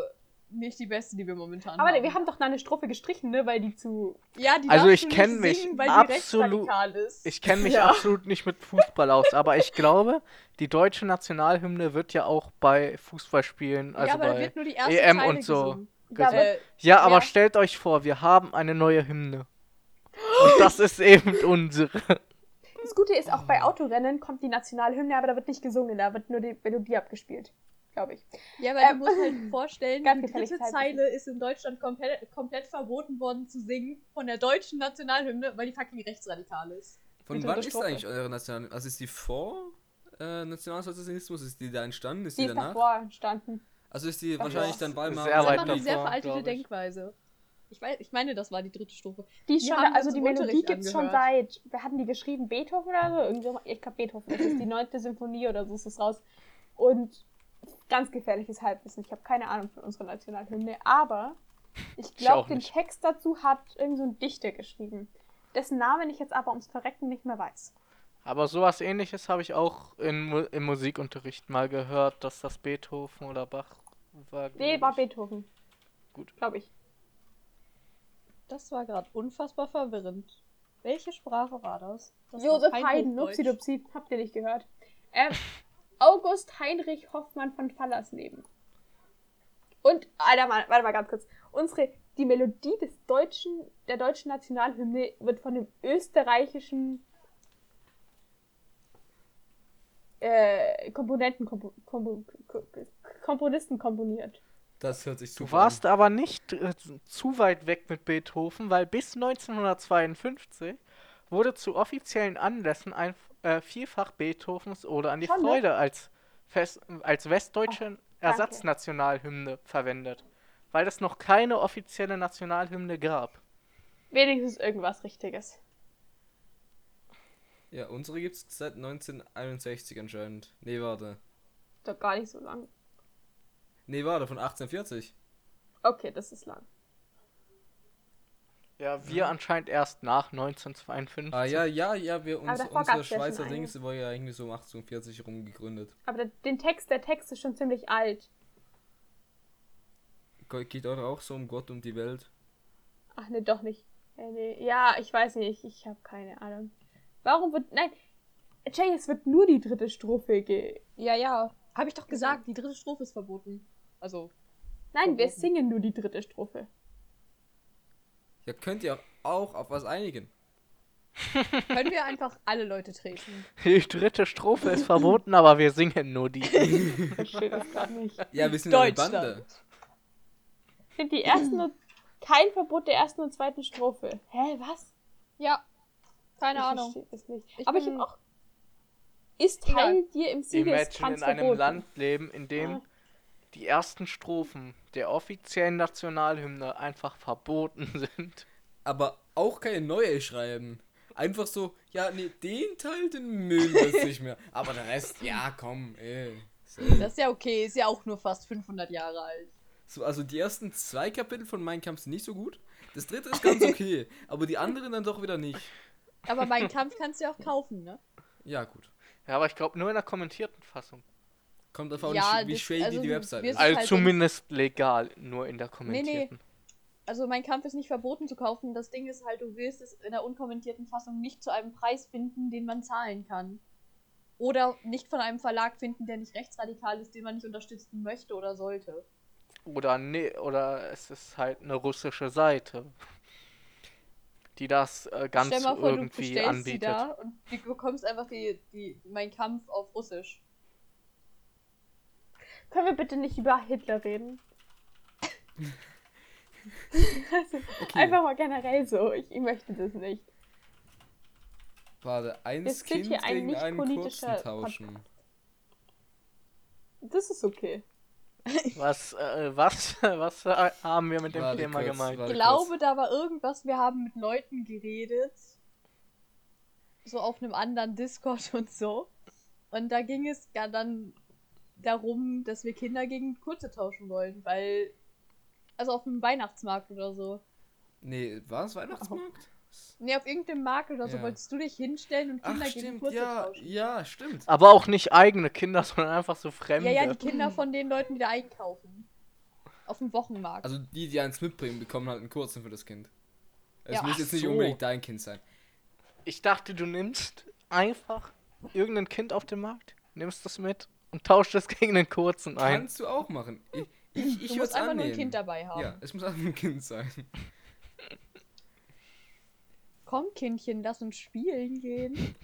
nicht die beste, die wir momentan
aber
haben.
wir haben doch noch eine Strophe gestrichen, ne? Weil die zu.
ja, die
Also
darfst
ich
du nicht
kenn mich
singen, weil die
absolut-
rechtsradikal ist.
Ich kenne mich
Ja.
absolut nicht mit Fußball aus, aber ich glaube, die deutsche Nationalhymne wird ja auch bei Fußballspielen, also
ja, aber da
bei
wird nur die erste
EM
Zeile
und so.
gesungen.
Ja, aber-
Äh,
Ja, aber
Ja.
stellt euch vor, wir haben eine neue Hymne. Und das ist eben unsere.
Das Gute ist, auch
Oh.
bei Autorennen kommt die Nationalhymne, aber da wird nicht gesungen, da wird nur die Melodie abgespielt. Glaube ich.
ja, weil
Ähm,
du musst halt vorstellen,
ganz
die
gefährlich
dritte
Zeile.
Zeile ist in Deutschland komplett, komplett verboten worden zu singen von der deutschen Nationalhymne, weil die fucking rechtsradikal ist.
Von
Mit
wann ist
Unterstrophe.
eigentlich eure Nationalhymne? Also ist die vor äh, Nationalsozialismus? Ist die da entstanden? Ist
Die
die,
ist
danach?
davor entstanden.
Also ist die
Davor.
wahrscheinlich dann Weimar.
Sehr
Das
weit
war
davor,
eine sehr veraltete
glaub ich.
Denkweise. Ich, weiß, ich meine, das war die dritte Strophe.
Die ist
Wir
schon,
haben
also
das
die
im
Melodie
Unterricht
gibt es schon seit, wir hatten die geschrieben, Beethoven oder so, irgendwie, so- ich glaube Beethoven, das ist die neunte Symphonie oder so ist es raus. Und ganz gefährliches Halbwissen, ich habe keine Ahnung von unserer Nationalhymne, aber ich
auch
glaube, den
nicht.
Text dazu hat irgend so ein Dichter geschrieben, dessen Namen ich jetzt aber ums Verrecken nicht mehr weiß.
Aber sowas ähnliches habe ich auch in, Mu- im Musikunterricht mal gehört, dass das Beethoven oder Bach war.
Nee,
glaub
war
ich.
Beethoven.
Gut.
Glaube ich.
Das war gerade unfassbar verwirrend. Welche Sprache war das? das war
Josef
kein
Haydn,
Hochdeutsch.
upsi dupsi, habt ihr nicht gehört. Ähm, August Heinrich Hoffmann von Fallersleben. Und, Alter, mal, warte mal ganz kurz. Unsere, die Melodie des deutschen, der deutschen Nationalhymne wird von dem österreichischen äh, Komponenten, kompo, kompo, Komponisten komponiert.
Das hört sich super
Du warst aber nicht äh, zu weit weg mit Beethoven, weil bis 1952 wurde zu offiziellen Anlässen ein, äh, vielfach Beethovens oder an die
Schon, ne?
Freude als, Fest, als westdeutsche Ersatznationalhymne verwendet, weil es noch keine offizielle Nationalhymne gab.
Wenigstens irgendwas Richtiges.
an. Ja, unsere gibt's seit 1961 anscheinend. Nee, warte.
Ist Doch gar nicht so lang.
Nee, warte, von 1840.
Okay, das ist lang.
Ja, wir anscheinend erst nach 1952.
Ah ja, ja, ja, wir uns,
davor
unsere
gab's ja schon
Schweizer
eine.
Dings war ja irgendwie so um 1840 rum gegründet.
Aber der, den Text, der Text ist schon ziemlich alt.
Ge- Geht eure auch so um Gott und die Welt?
Ach ne, doch nicht. Äh, nee. Ja, ich weiß nicht, ich habe keine Ahnung. Warum wird. Nein! Jay, es wird nur die dritte Strophe ge.
Ja, ja. Habe ich doch gesagt, die dritte Strophe ist verboten. Also,
Nein, wir
Verboten.
singen nur die dritte Strophe.
Ja, könnt ihr auch auf was einigen.
können wir einfach alle Leute treten.
Die dritte Strophe ist verboten, aber wir singen nur die.
Ich verstehe das gerade nicht.
Ja, wir sind eine Bande.
Deutschland.
Sind die ersten und. Kein Verbot der ersten und zweiten Strophe. Hä, was?
Ja. Keine
ich
Ahnung.
verstehe das nicht.
Ich
Aber ich
bin-
habe auch. Ist
Egal.
Teil dir im
Imagine
Siegeskranz
in einem
verboten.
Land leben, in dem
Ah.
die ersten Strophen der offiziellen Nationalhymne einfach verboten sind.
Aber auch keine neue schreiben. Einfach so, ja, nee, den Teil, den mögen wir jetzt nicht mehr. Aber der Rest, ja, komm, ey.
Das ist ja okay, ist ja auch nur fast 500 Jahre alt.
So, also die ersten zwei Kapitel von Mein Kampf sind nicht so gut. Das dritte ist ganz okay, aber die anderen dann doch wieder nicht.
Aber meinen Kampf kannst du ja auch kaufen, ne?
Ja, gut.
Ja, aber ich glaube nur in der kommentierten Fassung.
Kommt davon
Ja,
an, wie
das-
shady
also
die
wir
Website
sind-
ist.
Also
halt so-
zumindest legal, nur in der kommentierten.
Also mein Kampf ist nicht verboten zu kaufen. Das Ding ist halt, du willst es in der unkommentierten Fassung nicht zu einem Preis finden, den man zahlen kann. Oder nicht von einem Verlag finden, der nicht rechtsradikal ist, den man nicht unterstützen möchte oder sollte.
Oder nee, oder es ist halt eine russische Seite, die das äh, ganz
Stell mal vor, du
irgendwie
bestellst sie
anbietet.
da und du bekommst einfach die, die, mein Kampf auf Russisch.
Können wir bitte nicht über Hitler reden?
Hm.
Okay,
Einfach mal generell so. Ich, ich möchte das nicht.
warte,
Wir
eins
sind
Kind
hier ein
gegen
nicht
einen kurzen
politischer
tauschen.
Das ist okay.
Was, äh, was, was äh, haben wir mit dem
Warte
Thema
kurz,
gemeint?
warte
Ich glaube, da war irgendwas, wir haben mit Leuten geredet. So auf einem anderen Discord und so. Und da ging es ja dann darum, dass wir Kinder gegen Kurze tauschen wollen, weil Also auf dem Weihnachtsmarkt oder so.
Nee, war es Weihnachtsmarkt?
Nee, auf irgendeinem Markt oder so
Ja.
wolltest du dich hinstellen und Kinder
Ach,
gegen
stimmt,
Kurse
ja,
tauschen.
ja, stimmt.
Aber auch nicht eigene Kinder, sondern einfach so Fremde.
Ja, ja, die Kinder von den Leuten, die da einkaufen. Auf dem Wochenmarkt.
Also die, die eins mitbringen, bekommen halt einen kurzen für das Kind. Es
Ja.
muss
Ach
jetzt nicht
so.
unbedingt dein Kind sein.
Ich dachte, du nimmst einfach irgendein Kind auf dem Markt, nimmst das mit und tauscht es gegen einen kurzen ein.
Kannst du auch machen. Ich, ich, ich
du
würde
musst einfach
annehmen.
nur ein Kind dabei haben.
Ja, es muss einfach ein Kind sein.
Komm, Kindchen, lass uns spielen gehen.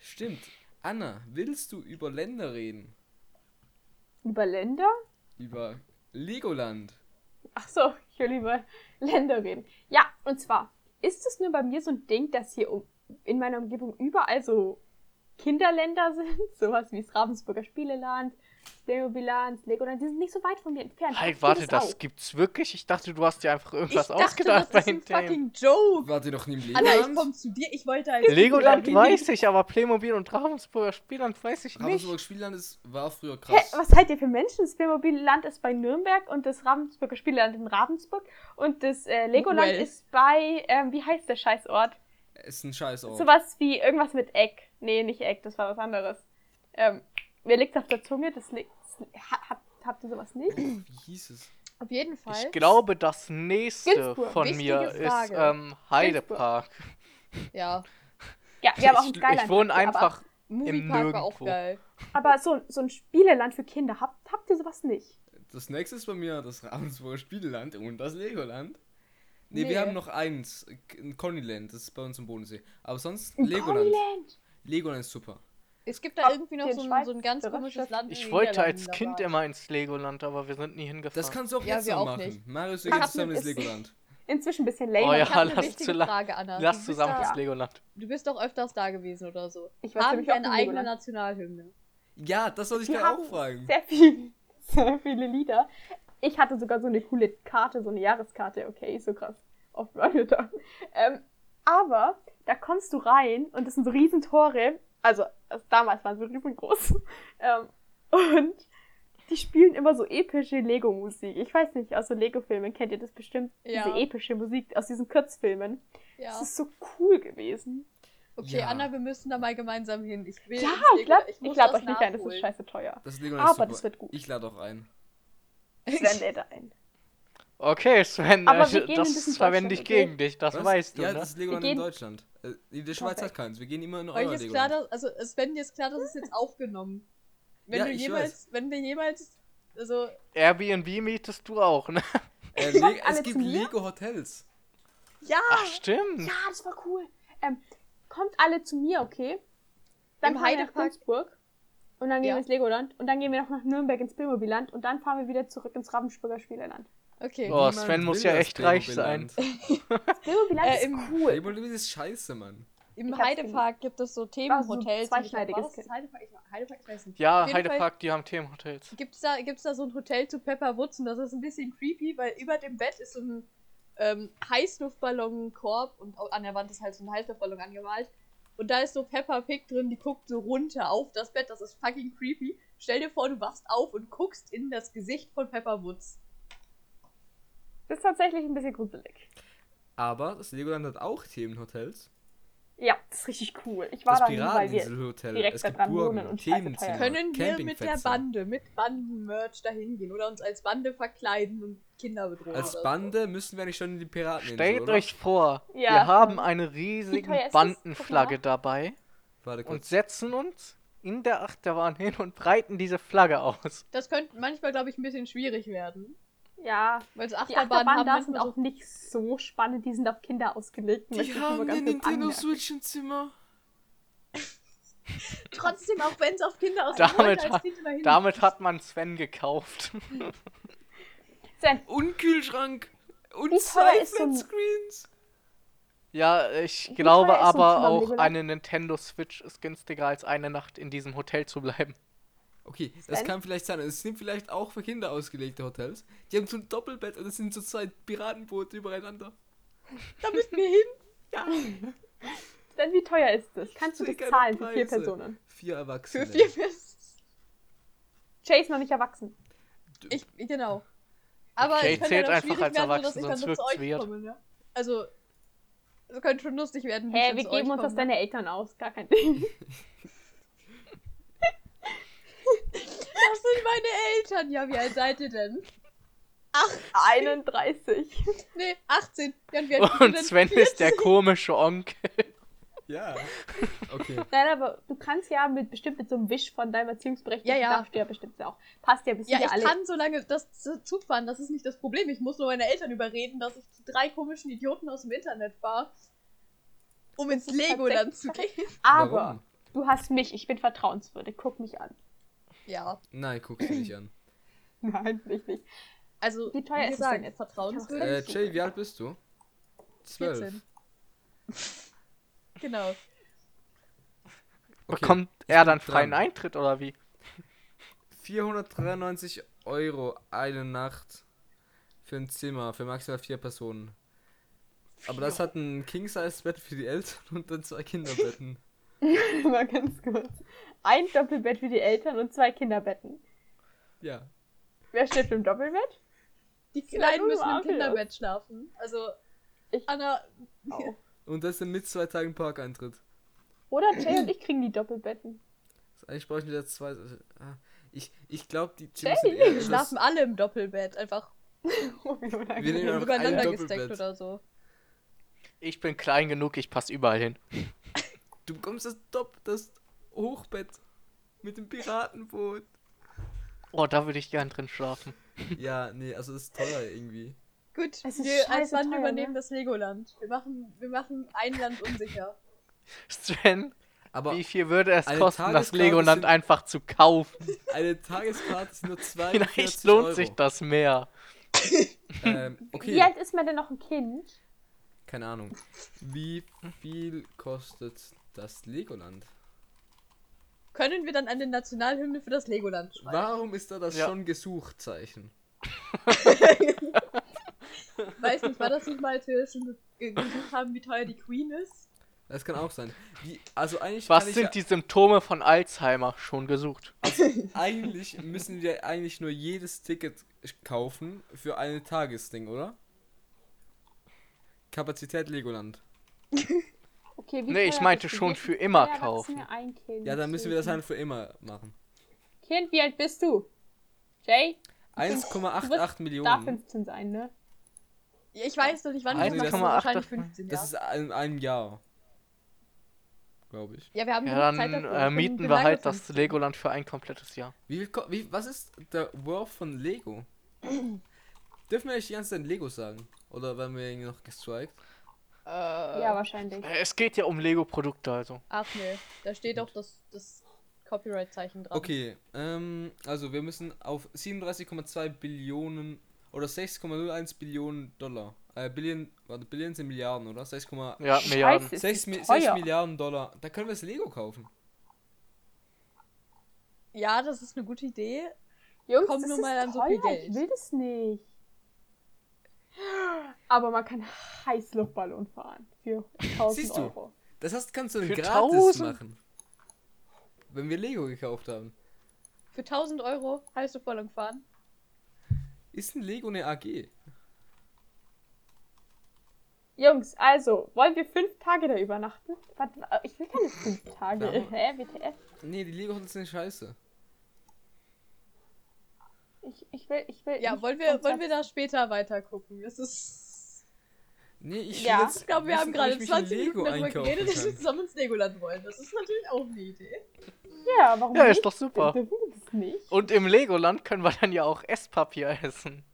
Stimmt. Anna, willst du über Länder reden?
Über Länder?
Über Legoland?
Ach so, ich will über Länder reden. Ja, und zwar, ist es nur bei mir so ein Ding, dass hier um, in meiner Umgebung überall so Kinderländer sind? Sowas wie das Ravensburger Spieleland, das Legoland, Legoland, die sind nicht so weit von mir entfernt.
Halt,
Habt ihr
warte, das
auch?
gibt's wirklich? Ich dachte, du hast dir einfach
ich
irgendwas
dachte,
ausgedacht bei
das ist ein
den Themen.
fucking Joke.
Wart ihr noch nie im
Ah,
Anna, ich
Legoland?
komm zu dir. Ich wollte
halt
als
Legoland
Kind-
weiß ich, aber Playmobil und Ravensburger Spielland weiß ich nicht.
Ravensburg Spielland ist, war früher
Hä,
krass.
was seid ihr für Menschen? Das Playmobil-Land ist bei Nürnberg und das Ravensburger Spieleland in Ravensburg und das äh, Legoland
Well.
ist bei, ähm, wie heißt der Scheißort?
Ist ein Scheißort.
Sowas wie irgendwas mit Eck. Nee, nicht Eck, das war was anderes. Ähm, mir liegt's auf der Zunge, das liegt. Ha, ha, habt ihr sowas nicht?
Wie hieß es?
Auf jeden Fall.
Ich glaube, das nächste
Ginsburg,
von
wichtige
mir ist
Frage.
ähm, Heidepark.
Ja.
Ja, wir haben auch ein
ich,
Skyline.
ich wohne
Aber,
einfach.
Moviepark war auch
Nirgendwo.
geil.
aber so, so ein Spieleland für Kinder, habt, habt ihr sowas nicht?
Das nächste ist bei mir das Ravensburger Spielland und das Legoland. Nee,
Nee.
wir haben noch eins. Ein Connyland, das ist bei uns im Bodensee. Aber sonst
Ein
Legoland.
Ponyland.
Legoland ist super.
Es gibt da
Ab
irgendwie noch
den
so ein,
Schweiz-
so ein ganz
der
komisches
Raststätte.
Land. in
Ich
den
wollte als
Niederlanden, da
Kind
war
immer ins Legoland, aber wir sind nie hingefahren.
Das kannst du auch
Ja,
jetzt
wir
noch
auch
machen.
nicht.
Marius, wir
Ich hab
gehen
mit-
zusammen ins
ist-
Legoland.
Inzwischen ein bisschen
Oh
lamer.
ja,
Ich hab eine
lass,
wichtige
zu la-
Frage, Anna. Du
lass
bist
zusammen
da-
ins Legoland.
Du bist doch öfters da gewesen oder so.
Ich war
Haben
ziemlich
wir
oft
eine
im
eigene
Legoland.
Nationalhymne?
Ja, das soll ich
Wir
gleich
haben
auch fragen.
Sehr, viel, sehr viele Lieder. Ich hatte sogar so eine coole Karte, so eine Jahreskarte. Okay, so krass. Auf Rotterdam. Ähm, aber da kommst du rein und das sind so riesen Tore. Also, also damals waren sie riesengroß. Ähm, und die spielen immer so epische Lego-Musik. Ich weiß nicht, aus so Lego-Filmen kennt ihr das bestimmt.
Ja.
Diese epische Musik aus diesen Kurzfilmen.
Ja.
Das ist so cool gewesen.
Okay,
Ja.
Anna, wir müssen da mal gemeinsam hin. Ich will
Ja,
ins
ich
Legoland.
glaube ich
muss
glaub
das
euch nicht ein, das ist
nachholen.
scheiße teuer.
Das Legoland ist
Aber
super.
das wird gut.
Ich lade auch ein.
Sven lädt ein.
Okay, Sven,
Aber
äh,
wir gehen in diesen
das verwende ich
Deutschland,
gegen dich, das
Was?
weißt du,
Ja,
ne?
das ist Legoland in
gehen-
Deutschland. Äh, die Schweiz hat
Perfekt.
keins. Wir gehen immer in euer
Euch ist klar,
Legoland.
dass, also Sven, dir ist klar, das ist jetzt aufgenommen. Wenn
Ja,
du
ich
jemals, wenn wir jemals, also
Airbnb mietest du auch, ne?
Äh,
Kommt
Le
alle
es gibt
zu mir?
Lego-Hotels.
Ja!
Ach, stimmt.
Ja, das war cool. Ähm, kommt alle zu mir, okay? Dann
Im
fahren wir nach
Heidepark?
Günzburg. Und dann gehen
Ja.
wir ins Legoland. Und dann gehen wir noch nach Nürnberg ins Playmobil-Land. Und dann fahren wir wieder zurück ins Ravensburger Spieleland.
okay.
Oh,
Niemand
Sven muss
will
ja
das
echt reich
Legoland.
Das Playmobil-Land
Äh,
ist
im-
cool.
Legoland ist scheiße, Mann.
Im
Ich hab's
Heidepark gibt es so Themenhotels.
War so ein zweischneidiges
War das
Kind.
Heidepark, ich, Heidepark, ich weiß nicht.
Ja,
Auf jeden Fall
Heidepark, die haben Themenhotels.
Gibt's da, gibt's da so ein Hotel zu Pepper Woods und das ist ein bisschen creepy, weil über dem Bett ist so ein ähm, Heißluftballonkorb und au- an der Wand ist halt so ein Heißluftballon angemalt. Und da ist so Peppa Pig drin, die guckt so runter auf das Bett, das ist fucking creepy. Stell dir vor, du wachst auf und guckst in das Gesicht von Pepper Woods.
Das ist tatsächlich ein bisschen gruselig.
Aber das Legoland hat auch Themenhotels.
Ja, das ist richtig cool. Ich war
Das
da nie, weil wir...
Pirateninsel-Hotel.
direkt
Es
da
gibt
dran
Burgen,
wohnen und scheiße
Themenzimmer,
teuer.
Können wir mit der
Campingplätze.
Bande, mit Bandenmerch dahin gehen oder uns als Bande verkleiden und Kinder bedrohen?
Als
oder
Bande müssen wir nicht schon in die Pirateninsel,
Stellt
oder?
euch vor,
Ja.
wir haben eine
Wie teuer ist
riesige
das?
Bandenflagge dabei
Warte
und
kurz.
setzen uns in der Achterbahn hin und breiten diese Flagge aus.
So. Das könnte manchmal, glaube ich, ein bisschen schwierig werden.
Ja,
Weil es
die
Achterbahnen
Achterbahnen
Achterbahn
da
haben
sind
manchmal so
auch nicht so spannend. Die sind auf Kinder ausgelegt. möchte
Die
ich nur mal
haben
ganz
den
kurz
Nintendo
anmerken.
Switch im Zimmer.
Trotzdem, auch wenn es auf Kinder aus
Damit hat-
Kind immerhin.
Damit hat man Sven gekauft.
Sven,
Und Kühlschrank. Und
Wie teuer ist so ein-
Screens.
Ja, ich
Wie
glaube
teuer ist so ein
aber
Zimmer im
auch,
Legoland?
eine Nintendo Switch ist günstiger als eine Nacht in diesem Hotel zu bleiben.
Okay, das
Sven?
kann vielleicht sein. Es sind vielleicht auch für Kinder ausgelegte Hotels. Die haben so ein Doppelbett und es sind so zwei Piratenboote übereinander.
da müssen wir hin.
Sven, wie teuer ist das? Kannst du das
Sehr geile
zahlen für vier
Preise.
Personen?
Vier Erwachsene.
Für vier Fest.
Chase noch nicht erwachsen.
Ich, genau. Aber
Okay,
es könnte
zählt
dann
einfach
schwierig
als
werden, so dass
erwachsen,
ich dann
sonst
nur zu
wird's
euch
weird.
komme, ja. Also, es könnte schon lustig werden. wie ich
Hä,
dann
wir
zu
geben
euch ne?
uns das
komme.
deine Eltern aus, gar kein Ding.
Das sind meine Eltern. Ja, wie alt seid ihr denn? Ach,
31.
nee, 18. Ja, wie alt bist du
Und
denn?
Sven ist der komische Onkel.
Ja. Okay.
Nein, aber du kannst ja mit bestimmt mit so einem Wisch von deinem Erziehungsberechtigten,
Ja, ja.
darfst du ja bestimmt auch. Passt ja, wir sind
Ja,
ja,
ich
alle.
kann so lange das zu- Zug fahren, das ist nicht das Problem. Ich muss nur meine Eltern überreden, dass ich zu drei komischen Idioten aus dem Internet fahre, um ins Legoland zu gehen.
aber
Warum?
du hast mich, ich bin vertrauenswürdig, guck mich an.
Ja,
Nein, guck sie nicht an.
Nein, nicht nicht.
also,
Wie teuer ist es
gesagt,
denn jetzt?
Vertrauenswürdig.
Äh, Jay, wie alt bist du?
14. genau.
Okay.
Bekommt er dann
bin
freien
dran.
Eintritt oder wie?
493 Euro eine Nacht für ein Zimmer, für maximal vier Personen. Aber das hat ein King-Size-Bett für die Eltern und dann zwei Kinderbetten.
Mal ganz kurz. Ein Doppelbett für die Eltern und zwei Kinderbetten.
Ja.
Wer schläft im Doppelbett?
Die
sieht
Kleinen
nur
müssen im
Marvel aus.
Kinderbett schlafen. Also,
Ich-
Anna,
Au.
Und das sind mit zwei Tagen Parkeintritt.
Oder Jay und ich kriegen die Doppelbetten.
Eigentlich brauche ich nicht jetzt zwei. ah, Ich, ich glaube, die
Jay,
Teams sind
wir
eher
wir
etwas-
schlafen alle im Doppelbett, einfach um
Oh, wie
Wir
unangenehm.
nehmen einfach ein
übereinander gesteckt
Doppelbett.
oder so.
Ich bin klein genug, ich passe überall hin.
Du bekommst das Top, das Hochbett mit dem Piratenboot.
Oh, da würde ich gern drin schlafen.
ja, nee, also das ist teuer irgendwie.
Gut,
Es ist
wir als
scheiße
Land
teuer,
übernehmen
ne?
das Legoland. Wir machen, wir machen ein Land unsicher.
Sven,
Aber
wie viel würde es
eine
kosten, das
Tageskarte
Legoland
sind-
einfach zu kaufen?
eine Tageskarte ist nur zwei.
Vielleicht lohnt sich das mehr.
Ähm, okay.
Wie alt ist man denn noch ein Kind?
Keine Ahnung. Wie viel kostet das Legoland?
Können wir dann eine Nationalhymne für das Legoland schreiben?
Warum ist da das
Ja.
schon gesucht Zeichen?
Weiß nicht, war das nicht mal, als wir schon ge- geguckt haben, wie teuer die Queen ist?
Das kann auch sein. Wie, also eigentlich
Was
kann ich
sind
ja,
die Symptome von Alzheimer? Schon gesucht.
eigentlich müssen wir eigentlich nur jedes Ticket kaufen für ein Tagesding, oder? Kapazität Legoland.
Okay,
Nee, ich
teuer
meinte
ist die
schon
Wissen?
für immer
Zwei Erwachsene,
kaufen.
Ein kind.
Ja, dann müssen wir das halt für immer machen.
Kind, wie alt bist du? Jay?
1,88
Darf
Millionen.
15 sein, ne?
Ja, Ich weiß noch nicht, wann wir das machen.
1,8
Wahrscheinlich
davon.
15
Das
Jahre.
ist in einem Jahr. Glaube ich.
Ja, wir haben
Ja, dann
genug Zeit dafür.
äh,
können
mieten wir
lange
halt
das
das
machen.
Legoland für ein komplettes Jahr.
Wie, viel ko- wie was ist der Worth von Lego? Dürfen wir nicht die ganze Zeit Lego sagen? Oder werden wir irgendwie noch gestrikt?
Äh,
Ja, wahrscheinlich.
Äh, Es geht ja um Lego-Produkte, also.
Ach nee, da steht auch das, das Copyright-Zeichen dran.
Okay, ähm, also wir müssen auf 37,2 Billionen oder 6,01 Billionen Dollar. Äh, Billion, warte, Billion sind Milliarden, oder? 6,
Ja,
Scheiße,
Milliarden.
ist
6,
das
Mi- 6
teuer.
Milliarden Dollar. Da können wir das Lego kaufen.
Ja, das ist eine gute Idee.
Jungs,
Kommt
das
nur
ist
mal an so
teuer.
viel Geld.
Ich will das nicht. Aber man kann Heißluftballon fahren für 1000
Siehst du?
Euro.
Das heißt, kannst du dann
Für
gratis
1000?
machen. Wenn wir Lego gekauft haben.
Für 1000 Euro Heißluftballon fahren.
Ist ein Lego eine AG?
Jungs, also, wollen wir fünf Tage da übernachten? Was, ich will keine fünf Tage.
Warum?
Hä, WTF?
Nee, die Lego Hotels sind scheiße.
Ich, ich will, ich will.
Mhm.
Ja,
nicht
wollen wir,
vom
wollen wir da später weiter gucken? Das ist.
Nee, ich will
Ja.
jetzt
Ich glaube, wir
wissen,
haben
ob
gerade
ich mich in
20 Minuten darüber
einkaufen
geredet, dass
kann.
wir zusammen ins Legoland wollen. Das ist natürlich auch eine Idee.
Platz- Ja, warum
Ja, ist
nicht?
doch super.
Dürfen wir das nicht?
Und im Legoland können wir dann ja auch Esspapier essen.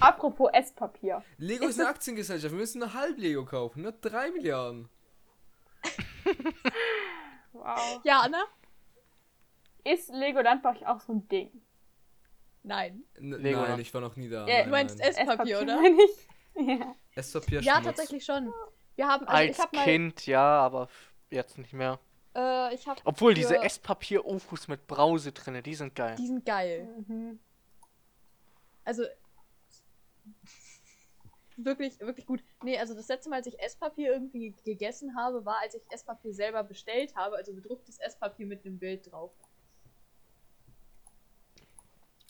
Apropos Esspapier.
Lego ist eine Aktiengesellschaft. Wir müssen nur halb Lego kaufen. Nur 3 Milliarden.
Wow.
Ja, Anna?
Ist Legoland bei euch auch so ein Ding?
Nein.
N
Lego.
Nein, ich war noch nie da.
Ja,
nein,
Du meinst
nein.
Esspapier, oder?
meine ich. Ja.
Esspapier
Ja,
Schmutz.
tatsächlich schon. Wir haben, also ich
Als
habe mal,
Kind, ja, aber f- jetzt nicht mehr.
äh, ich habe
Obwohl, diese
für-
Esspapier-Ofus mit Brause drinne, die sind geil.
die sind geil.
Mhm.
Also wirklich, wirklich gut. Nee, also das letzte Mal, als ich Esspapier irgendwie ge- gegessen habe, war, als ich Esspapier selber bestellt habe, also bedrucktes Esspapier mit einem Bild drauf.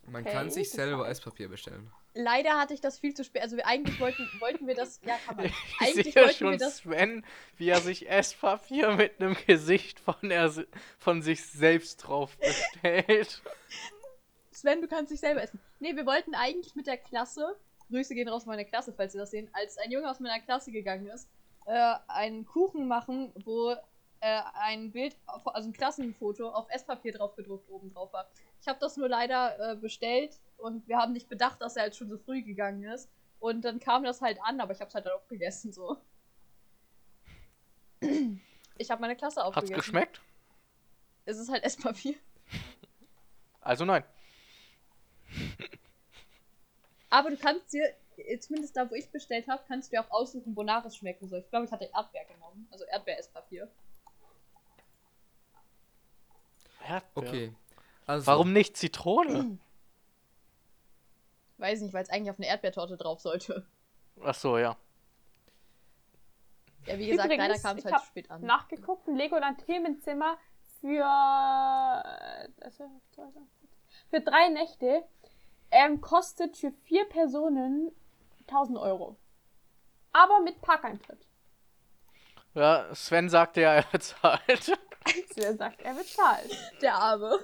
Man
Okay,
kann sich
das
selber
heißt-
Esspapier bestellen.
leider hatte ich das viel zu spät. Also wir, eigentlich wollten, wollten wir das. Ja, kann man.
Ich
Eigentlich
sehe
wollten
schon
wir das-
Sven, wie er sich Esspapier mit einem Gesicht von, er, se- von sich selbst drauf bestellt.
Sven, du kannst dich selber essen. Nee, wir wollten eigentlich mit der Klasse, Grüße gehen raus von meiner Klasse, falls ihr das sehen, als ein Junge aus meiner Klasse gegangen ist, äh, einen Kuchen machen, wo äh, ein Bild, auf- also ein Klassenfoto auf Esspapier drauf gedruckt oben drauf war. Ich habe das nur leider äh, bestellt und wir haben nicht bedacht, dass er halt schon so früh gegangen ist. Und dann kam das halt an, aber ich habe es halt dann aufgegessen so. Ich habe meine Klasse
Hat's
aufgegessen.
geschmeckt?
Es ist halt Esspapier.
Also nein.
Aber du kannst dir, äh, zumindest da, wo ich bestellt habe, kannst du dir auch aussuchen, wonach es schmecken soll. Ich glaube, ich hatte Erdbeer genommen. Also Erdbeereispapier.
Erdbeer.
Okay. Also,
Warum nicht Zitrone?
Weiß nicht, weil es eigentlich auf eine Erdbeertorte drauf sollte.
Ach so, ja.
Ja, wie gesagt,
Übrigens,
leider kam es
ich
halt
hab
zu spät an.
nachgeguckt, ein Legoland-Themenzimmer für, also, für drei Nächte ähm, kostet für vier Personen 1000 Euro. Aber mit Parkeintritt.
Ja, Sven sagte ja, er zahlt.
Wer sagt, er bezahlt.
Der Arme.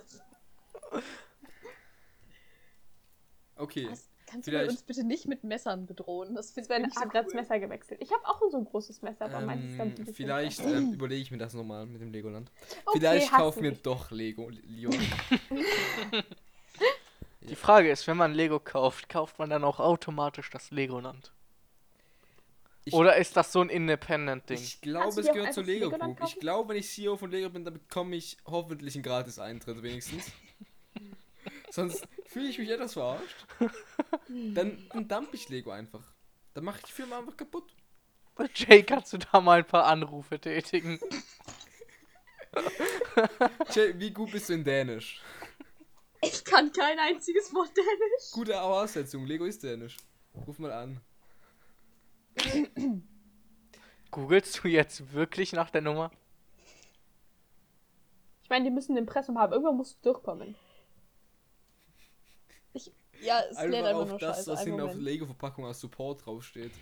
Okay.
Was, kannst du
Vielleicht-
uns bitte nicht mit Messern bedrohen? Das finde ich
Sven
nicht so
hat das
cool.
Messer gewechselt. Ich habe auch so ein großes Messer, aber meins ist dann ein
Ähm,
bisschen
vielleicht
kleiner.
ähm, überlege ich mir das nochmal mit dem Legoland.
Okay,
vielleicht
hast
kaufen
du
wir
dich.
doch Lego. Leo.
Die Frage ist, wenn man Lego kauft, kauft man dann auch automatisch das Legoland?
Ich-
Oder ist das so ein Independent-Ding?
Ich
Kannst du
glaube, es
dir auch
gehört zu
einfach das
Lego
Legoland
Group. Ich
kaufen?
glaube, wenn ich CEO von Lego bin, dann bekomme ich hoffentlich einen Gratis-Eintritt wenigstens. Sonst fühle ich mich etwas verarscht.
Hm.
Dann, dann dump ich Lego einfach. Dann mache ich die Firma einfach kaputt.
Jay, kannst du da mal ein paar Anrufe tätigen?
Jay, wie gut bist du in Dänisch?
Ich kann kein einziges Wort Dänisch.
Gute Voraussetzung, Lego ist Dänisch. Ruf mal an.
Googlest du jetzt wirklich nach der Nummer?
Ich meine, die müssen ein Impressum haben. Irgendwann musst du durchkommen.
Ja, es lädt
Einfach
einfach
auf
nur
das,
scheiße.
was
Einen
hinten auf der
Moment. Lego-Verpackung als Support draufsteht.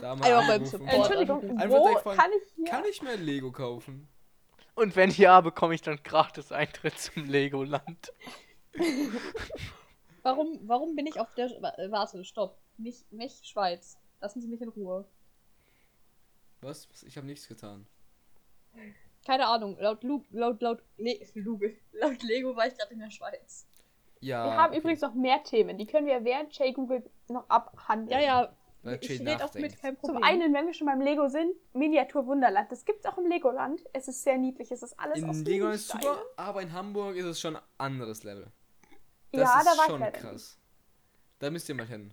Da mal Einmal beim
anrufen.
Support.
Äh, Entschuldigung,
Oh, Einfach
wo
direkt fragen,
kann ich hier...
Kann ich mir ein Lego kaufen?
Und wenn ja, bekomme ich dann gratis Eintritt zum Legoland.
Warum, warum bin ich auf der. wa- äh, Warte, stopp. Nicht, nicht Schweiz. Lassen Sie mich in Ruhe.
Was? Was? Ich habe nichts getan.
Keine Ahnung. Laut, Lu laut, laut, Le Luge. laut Lego war ich gerade in der Schweiz.
Ja.
Wir haben
Ah, okay.
übrigens noch mehr Themen. Die können wir während Jay googelt noch abhandeln.
Ja, ja.
Weil
ich
Jade
rede auch
nachdenkt.
mit kein Problem.
Zum einen, wenn wir schon beim Lego sind, Miniatur Wunderland. Das gibt's auch im Legoland. Es ist sehr niedlich. Es ist alles aus
In Lego ist
Mini-Steinen.
super, aber in Hamburg ist es schon ein anderes Level. Das
Ja,
ist
da war ich halt
schon
leider
krass. Da müsst ihr mal hin.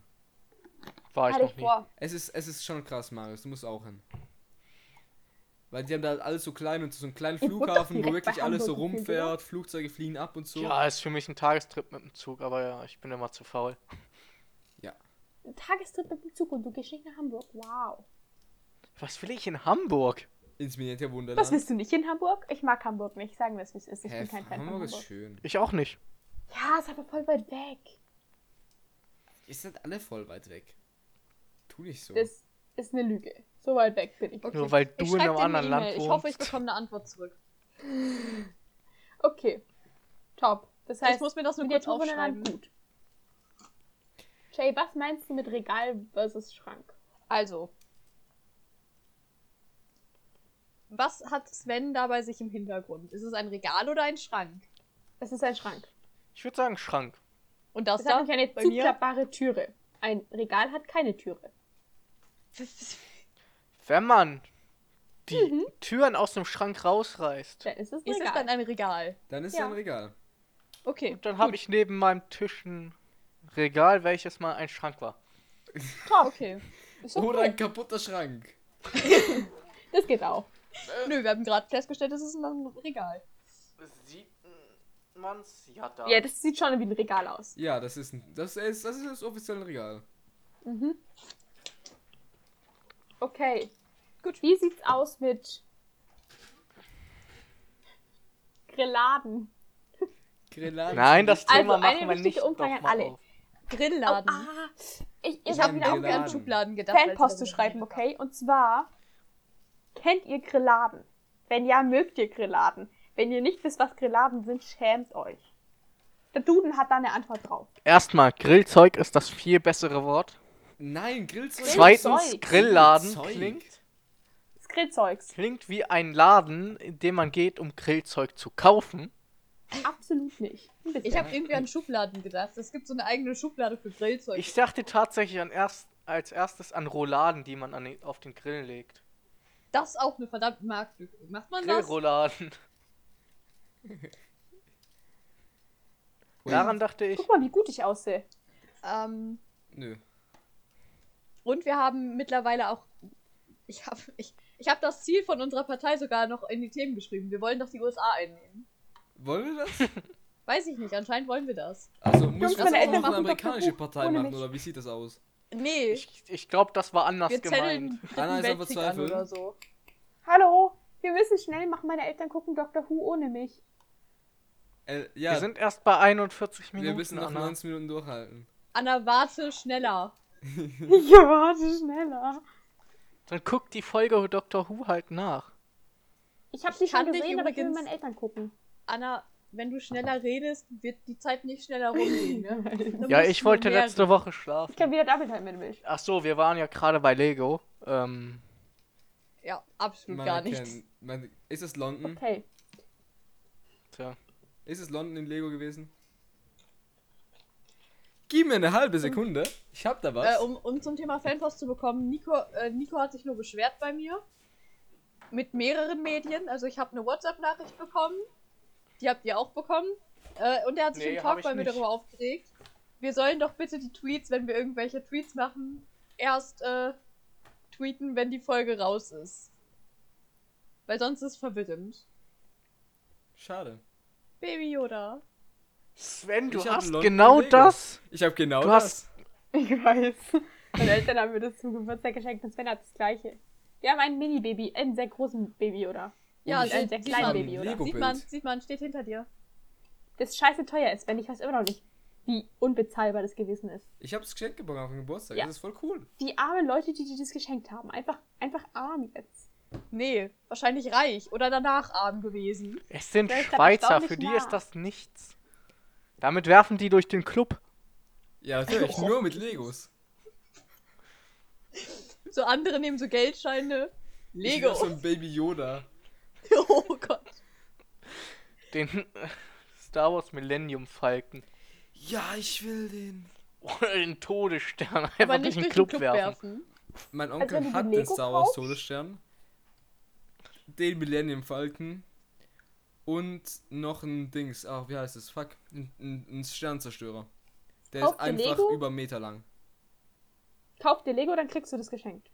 War ich
Hatte ich
noch nie.
vor.
Es ist, es ist schon krass, Marius. Du musst auch hin. Weil die haben da halt alles so klein und so einen kleinen
Ich wohne doch
Flughafen, wo
direkt bei
wirklich alles so
Hamburg gefühlt,
rumfährt, Flugzeuge fliegen ab und so.
Ja, ist für mich ein Tagestrip mit dem Zug, aber ja, ich bin immer zu faul.
Ein Tagestrip mit dem Zug und du gehst nicht nach Hamburg. Wow.
Was will ich in Hamburg?
Ins Miniaturwunderland.
Was willst du nicht in Hamburg? Ich mag Hamburg nicht. Sagen wir es, wie es ist. Ich
Hä,
bin kein Fan von
Hamburg ist
Hamburg.
schön.
Ich auch nicht.
Ja, ist aber voll weit weg.
Ist sind alle voll weit weg. Tu nicht so.
Das ist eine Lüge. So weit weg bin ich.
Okay.
Nur weil du
Ich
in
schreib
einem
dir eine
anderen Land
E-Mail.
wohnst.
Ich hoffe, ich bekomme eine Antwort zurück.
Okay. Top. Das
Das
heißt,
ich muss mir das nur kurz
Miniatur
aufschreiben.
Wunderland gut. Jay, was meinst du mit Regal versus Schrank?
Also. Was hat Sven da bei sich im Hintergrund? Ist es ein Regal oder ein Schrank?
Es ist ein Schrank.
Ich würde sagen Schrank.
Und das,
Es hat
das da?
nämlich eine
bei mir?
zuklappbare Türe. Ein Regal hat keine Türe.
Wenn man die Türen aus dem Schrank rausreißt,
Dann ist es ein
Ist es
Regal.
dann ein Regal?
Dann ist
Ja.
ja. ein Regal.
Okay.
dann habe ich neben meinem Tisch ein Regal, welches mal ein Schrank war.
Top. Okay.
Ist doch
Oder
cool.
ein kaputter Schrank.
Das geht auch.
Nö, wir haben gerade festgestellt, es ist ein Regal.
Sieht man's? Ja, da.
Ja, das sieht schon wie ein Regal aus.
Ja, das ist ein, das ist, das ist das offizielle Regal.
Okay. Gut. Wie sieht's aus mit Grilladen?
Oh,
Grilladen.
Nein, das
Also,
Thema
eine
machen wir
wichtige
nicht
Umfrage
doch
an
mal
alle.
auf.
Grillladen.
Ah, Ich, ich
Ich
Ja,
habe wieder
hab
habe wieder
auch wieder
Grilladen.
an Schubladen gedacht. als ich
Fanpost zu
darüber
schreiben,
nachgedacht
okay? Und zwar, kennt ihr Grilladen? Wenn ja, mögt ihr Grilladen. Wenn ihr nicht wisst, was Grilladen sind, schämt euch. Der Duden hat da eine Antwort drauf.
Erstmal, Grillzeug ist das viel bessere Wort.
Nein, Grillzeug.
Zweitens, Grillladen
Grillzeug.
klingt,
Das Grillzeugs.
klingt wie ein Laden, in den man geht, um Grillzeug zu kaufen.
Absolut nicht. Ein
Ich
bisschen.
habe irgendwie an Schubladen gedacht. Es gibt so eine eigene Schublade für Grillzeug.
Ich dachte tatsächlich an erst, als erstes an Rouladen, die man an den, auf den Grill legt.
das ist auch eine verdammte Marktlücke. Macht man das?
Grillrouladen.
Ui,
Daran dachte ich.
Guck mal, wie gut ich aussehe.
Ähm,
Nö.
und wir haben mittlerweile auch. Ich habe ich, ich hab das Ziel von unserer Partei sogar noch in die Themen geschrieben. Wir wollen doch die USA einnehmen.
Wollen wir das?
Weiß ich nicht, anscheinend wollen wir das.
Also muss
Jungs,
meine
man das auch
Eltern
noch eine
machen
amerikanische
Dr. Who
Partei
ohne
machen,
mich.
oder wie sieht das aus?
Nee,
Ich, ich glaube, das war anders
wir
gemeint.
zetteln den
Anna
dritten
ist aber
Weltkrieg an
zweifeln.
oder so.
Hallo, wir müssen schnell machen. Meine Eltern gucken Dr. Who ohne mich.
Äh, ja,
Wir sind erst bei 41 Minuten.
wir müssen noch
Anna.
90 Minuten durchhalten.
Anna, warte schneller.
Ja, warte schneller.
Dann guckt die Folge Dr. Who halt nach.
Ich habe
Ich
die schon
kann dich
gesehen, aber ich will mit
übrigens-
meinen Eltern gucken.
Anna, wenn du schneller redest, wird die Zeit nicht schneller rumgehen. Ne? Du
Ja,
musst
ich
nur
wollte
mehr
letzte Woche schlafen.
Ich kann wieder Double Time mit Milch.
Ach so, wir waren ja gerade bei Lego. Ähm,
reden. Ja, absolut
Man
gar
erkennt-
nichts.
Man, ist es London?
Okay.
tja.
Ist es London in Lego gewesen? Gib mir eine halbe Sekunde. Ich hab da was.
Äh, um, um zum Thema Fanpost zu bekommen, Nico, äh, Nico hat sich nur beschwert bei mir. Mit mehreren Medien. Also ich habe eine WhatsApp-Nachricht bekommen. Die habt ihr auch bekommen. Äh, und er hat sich
Nee, hab
im Talk
ich
bei mir
nicht.
darüber aufgeregt. Wir sollen doch bitte die Tweets, wenn wir irgendwelche Tweets machen, erst äh, tweeten, wenn die Folge raus ist. Weil sonst ist es verwirrend.
Schade.
Baby Yoda.
Sven, du
Ich hab
hast
London
genau
Lego.
das.
Ich hab genau
Du
das.
hast-
Ich weiß. Meine Eltern haben mir das zum Geburtstag geschenkt und Sven hat das gleiche. Wir haben ein Mini-Baby, ein sehr großes Baby, oder?
Ja,
ein sehr
sieht
kleines
man-
Baby, oder?
Lego.
Sieht man,
Bild.
sieht man, steht hinter dir.
Das scheiße teuer ist, wenn ich weiß immer noch nicht, wie unbezahlbar das gewesen ist.
Ich hab's geschenkt bekommen auf dem Geburtstag.
Ja.
Das ist voll cool.
Die armen Leute, die, die das geschenkt haben, einfach, einfach arm jetzt.
Nee, wahrscheinlich reich oder danach arm gewesen.
Es sind
Ja, ich glaub,
Schweizer,
erstaunlich
für die
nah.
ist das nichts. Damit werfen die durch den Club.
Ja, natürlich.
Oh.
Nur mit Legos.
So andere nehmen so Geldscheine.
Ich will
Lego.
so ein Baby Yoda.
oh Gott.
Den Star Wars Millennium Falcon.
Ja, ich will den.
Oder den Todesstern einfach
Aber
durch
nicht
den Club, werfen.
Mein
Also
Onkel
wenn du die
hat den
Lego
Star Wars
kaufst?
Todesstern, den Millennium Falcon und noch ein Dings. Ach, wie heißt es? Fuck. Ein, ein, ein Sternzerstörer. Der
Auf
ist
die
einfach
Lego?
über einen Meter lang.
Kauf dir Lego, dann kriegst du das geschenkt.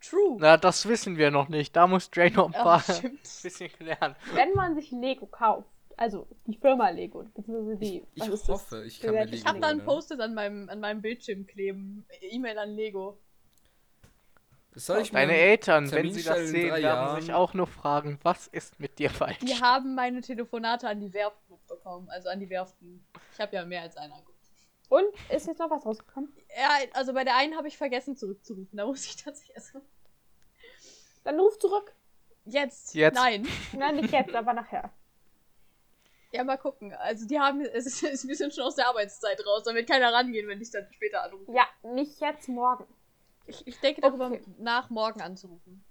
True.
Na, das wissen wir noch nicht. Da muss Jay noch ein
Ach,
paar
stimmt.
bisschen klären.
Wenn man sich Lego kauft, also die Firma Lego, beziehungsweise die.
Ich, ich
was ist das?
hoffe, ich kann mir Lego
Bewertung?
ne?
Ich habe da ein
holen.
Post-it an meinem, an meinem Bildschirm kleben. E-Mail an Lego.
Soll ich
Deine
mir-
Eltern,
Termin
wenn sie das
stellen in
sehen, werden
drei Jahren.
sich auch nur fragen, was ist mit dir falsch?
Die haben meine Telefonate an die Werft mitbekommen. Also an die Werften. Ich habe ja mehr als einer.
Und ist jetzt noch was rausgekommen?
Ja, also bei der einen habe ich vergessen zurückzurufen. Da muss ich tatsächlich erst.
Dann ruf zurück.
Jetzt.
Jetzt.
Nein.
Nein, nicht jetzt, aber nachher.
Ja, mal gucken. Also die haben, es ist, es- wir sind schon aus der Arbeitszeit raus. Da wird keiner rangehen, wenn ich dann später anrufe.
Ja, nicht jetzt, morgen.
Ich, ich denke darüber
Okay.
nach, morgen anzurufen.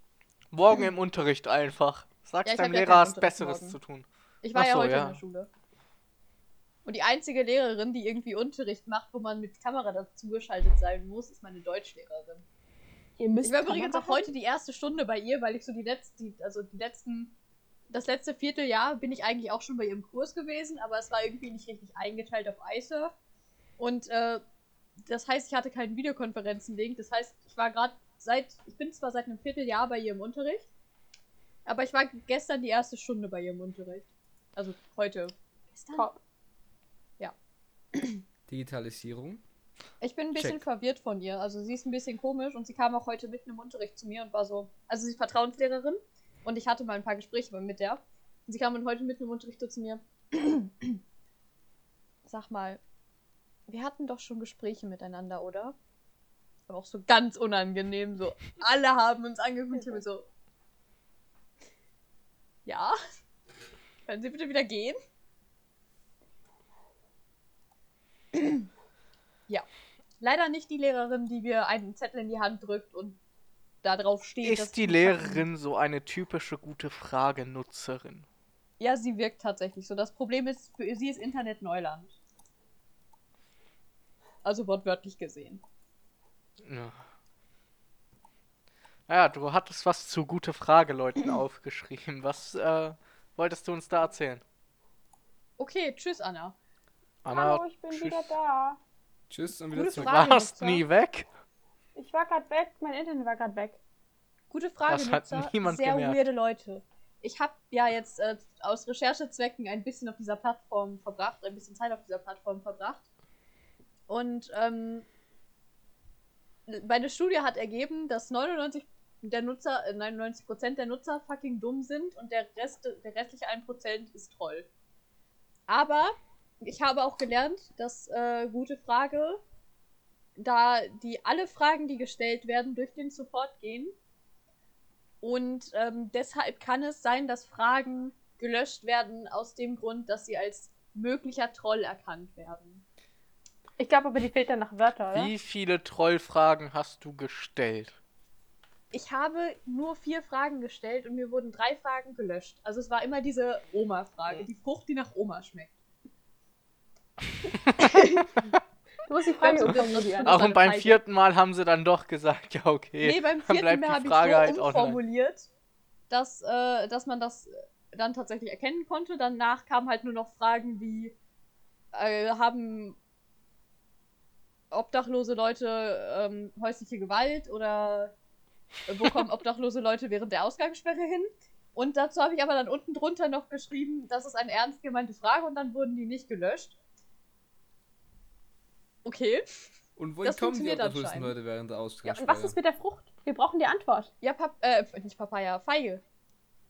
Morgen im Unterricht einfach. Sagst
Ja, ich hab
deinem
ja
Lehrer,
keinen
hast
Unterricht
Besseres
morgen.
zu tun.
Ich war
Ach
ja
so,
heute
ja.
in der Schule. Und die einzige Lehrerin, die irgendwie Unterricht macht, wo man mit Kamera dazugeschaltet sein muss, ist meine Deutschlehrerin.
Ihr müsst
Ich war übrigens auch
Kamera
heute die erste Stunde bei ihr, weil ich so die letzten, also die letzten, das letzte Vierteljahr bin ich eigentlich auch schon bei ihrem Kurs gewesen, aber es war irgendwie nicht richtig eingeteilt auf iSurf. Und äh, das heißt, ich hatte keinen Videokonferenzen-Link. Das heißt, ich war gerade seit, ich bin zwar seit einem Vierteljahr bei ihrem Unterricht, aber ich war gestern die erste Stunde bei ihrem Unterricht. Also heute. Gestern?
Top.
Digitalisierung.
Ich bin ein bisschen
Check.
verwirrt von ihr. Also sie ist ein bisschen komisch und sie kam auch heute mitten im Unterricht zu mir und war so, also sie ist Vertrauenslehrerin und ich hatte mal ein paar Gespräche mit der. Und sie kam dann heute mitten im Unterricht so zu mir. Sag mal, wir hatten doch schon Gespräche miteinander, oder? Aber auch so ganz unangenehm, so alle haben uns angeguckt, ich hab mir so. Ja? Können Sie bitte wieder gehen? ja. Leider nicht die Lehrerin, die mir einen Zettel in die Hand drückt und da drauf steht. dass
Ist die
du-
Lehrerin so eine typische gute Frage-Nutzerin?
Ja, sie wirkt tatsächlich so. Das Problem ist, für sie ist Internet Neuland. Also wortwörtlich gesehen.
Ja. Naja, du hattest was zu gute Frage-Leuten aufgeschrieben. Was äh, wolltest du uns da erzählen?
Okay, tschüss, Anna.
Hallo, ich bin wieder da.
Tschüss und wieder
Gute
Du
zurück.
Frage.
warst
Nutzer.
nie weg?
Ich war gerade weg, mein Internet war gerade weg.
Gute Frage,
Das hat
Nutzer.
niemand
Sehr
gemerkt.
weirde Leute. Ich habe ja jetzt äh, aus Recherchezwecken ein bisschen auf dieser Plattform verbracht, ein bisschen Zeit auf dieser Plattform verbracht. Und ähm, meine Studie hat ergeben, dass 99 der Nutzer, äh, 99% der Nutzer fucking dumm sind und der Rest, der restliche 1% ist Troll. Aber ich habe auch gelernt, dass äh, gute Frage, da die alle Fragen, die gestellt werden, durch den Support gehen. Und ähm, deshalb kann es sein, dass Fragen gelöscht werden aus dem Grund, dass sie als möglicher Troll erkannt werden.
Ich glaube aber, die filtern nach Wörter, oder?
Wie viele Trollfragen hast du gestellt?
Ich habe nur vier Fragen gestellt und mir wurden drei Fragen gelöscht. Also es war immer diese Oma-Frage, die Frucht, die nach Oma schmeckt.
Du musst die Frage
Also, das-
umformulieren.
Ah,
Ach,
das- war
und
eine
beim
Feige.
vierten Mal haben sie dann doch gesagt, ja, okay.
Nee, beim
dann
vierten
bleibt
Mal
die
habe ich
Frage
so
halt online.
umformuliert, dass, äh, dass man das dann tatsächlich erkennen konnte. Danach kamen halt nur noch Fragen wie, äh, haben obdachlose Leute ähm, häusliche Gewalt oder äh, wo kommen obdachlose Leute während der Ausgangssperre hin? Und dazu habe ich aber dann unten drunter noch geschrieben, das ist eine ernst gemeinte Frage und dann wurden die nicht gelöscht. Okay.
Und wohin
Das
kommen die
funktioniert
obdachlösen
anscheinend.
Leute während der
Ja, und
Ausgangssperre?
was ist mit der Frucht? Wir brauchen die Antwort.
Ja, Pap äh, nicht Papaya, Feige.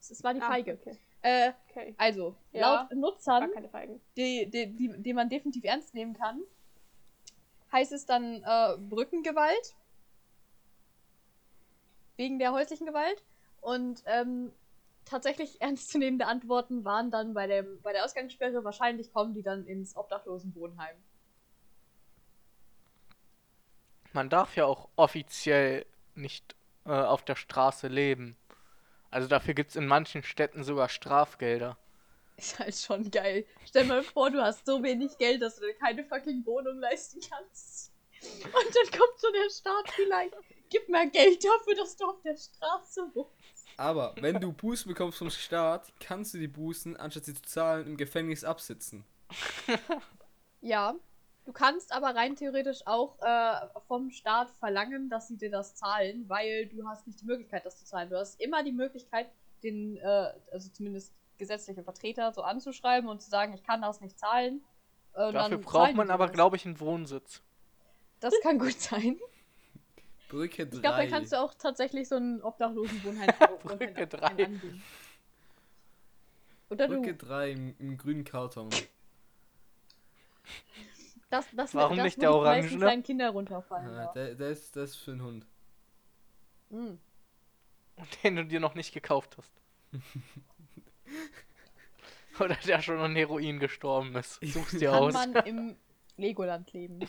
Es war die
Ah,
Feige.
Okay.
Äh,
okay.
also,
Ja.
laut Nutzern,
Gar keine Feigen.
die, die, die, die man definitiv ernst nehmen kann, heißt es dann äh, Brückengewalt. Wegen der häuslichen Gewalt. Und ähm, tatsächlich ernstzunehmende Antworten waren dann bei, dem, bei der Ausgangssperre, wahrscheinlich kommen die dann ins Obdachlosenwohnheim.
Man darf ja auch offiziell nicht äh, auf der Straße leben. Also dafür gibt es in manchen Städten sogar Strafgelder.
Ist halt schon geil. Stell mal vor, du hast so wenig Geld, dass du dir keine fucking Wohnung leisten kannst. Und dann kommt so der Staat vielleicht. Gib mir Geld dafür, dass du auf der Straße wohnst.
Aber wenn du Bußen bekommst vom Staat, kannst du die Bußen, anstatt sie zu zahlen, im Gefängnis absitzen.
Ja. Du kannst aber rein theoretisch auch äh, vom Staat verlangen, dass sie dir das zahlen, weil du hast nicht die Möglichkeit, das zu zahlen. Du hast immer die Möglichkeit, den, äh, also zumindest gesetzliche Vertreter so anzuschreiben und zu sagen, ich kann das nicht zahlen. Äh,
Dafür
dann zahlen
braucht
die
man
dir
aber,
das.
glaube ich, einen Wohnsitz.
Das kann gut sein.
Brücke 3.
Ich glaube, da kannst du auch tatsächlich so einen Obdachlosenwohnheim Wohnheim
Brücke
an-
drei.
angehen. Oder
Brücke
du,
3 im, im grünen Karton.
das, das,
Warum
das
nicht
wo
der
die meisten
Orangene?
kleinen Kinder runterfallen.
Ah,
Ja,
der, der, ist, der ist für einen Hund.
Hm.
den du dir noch nicht gekauft hast. Oder der schon an Heroin gestorben ist. Such's dir
Kann
aus.
man im Legoland leben.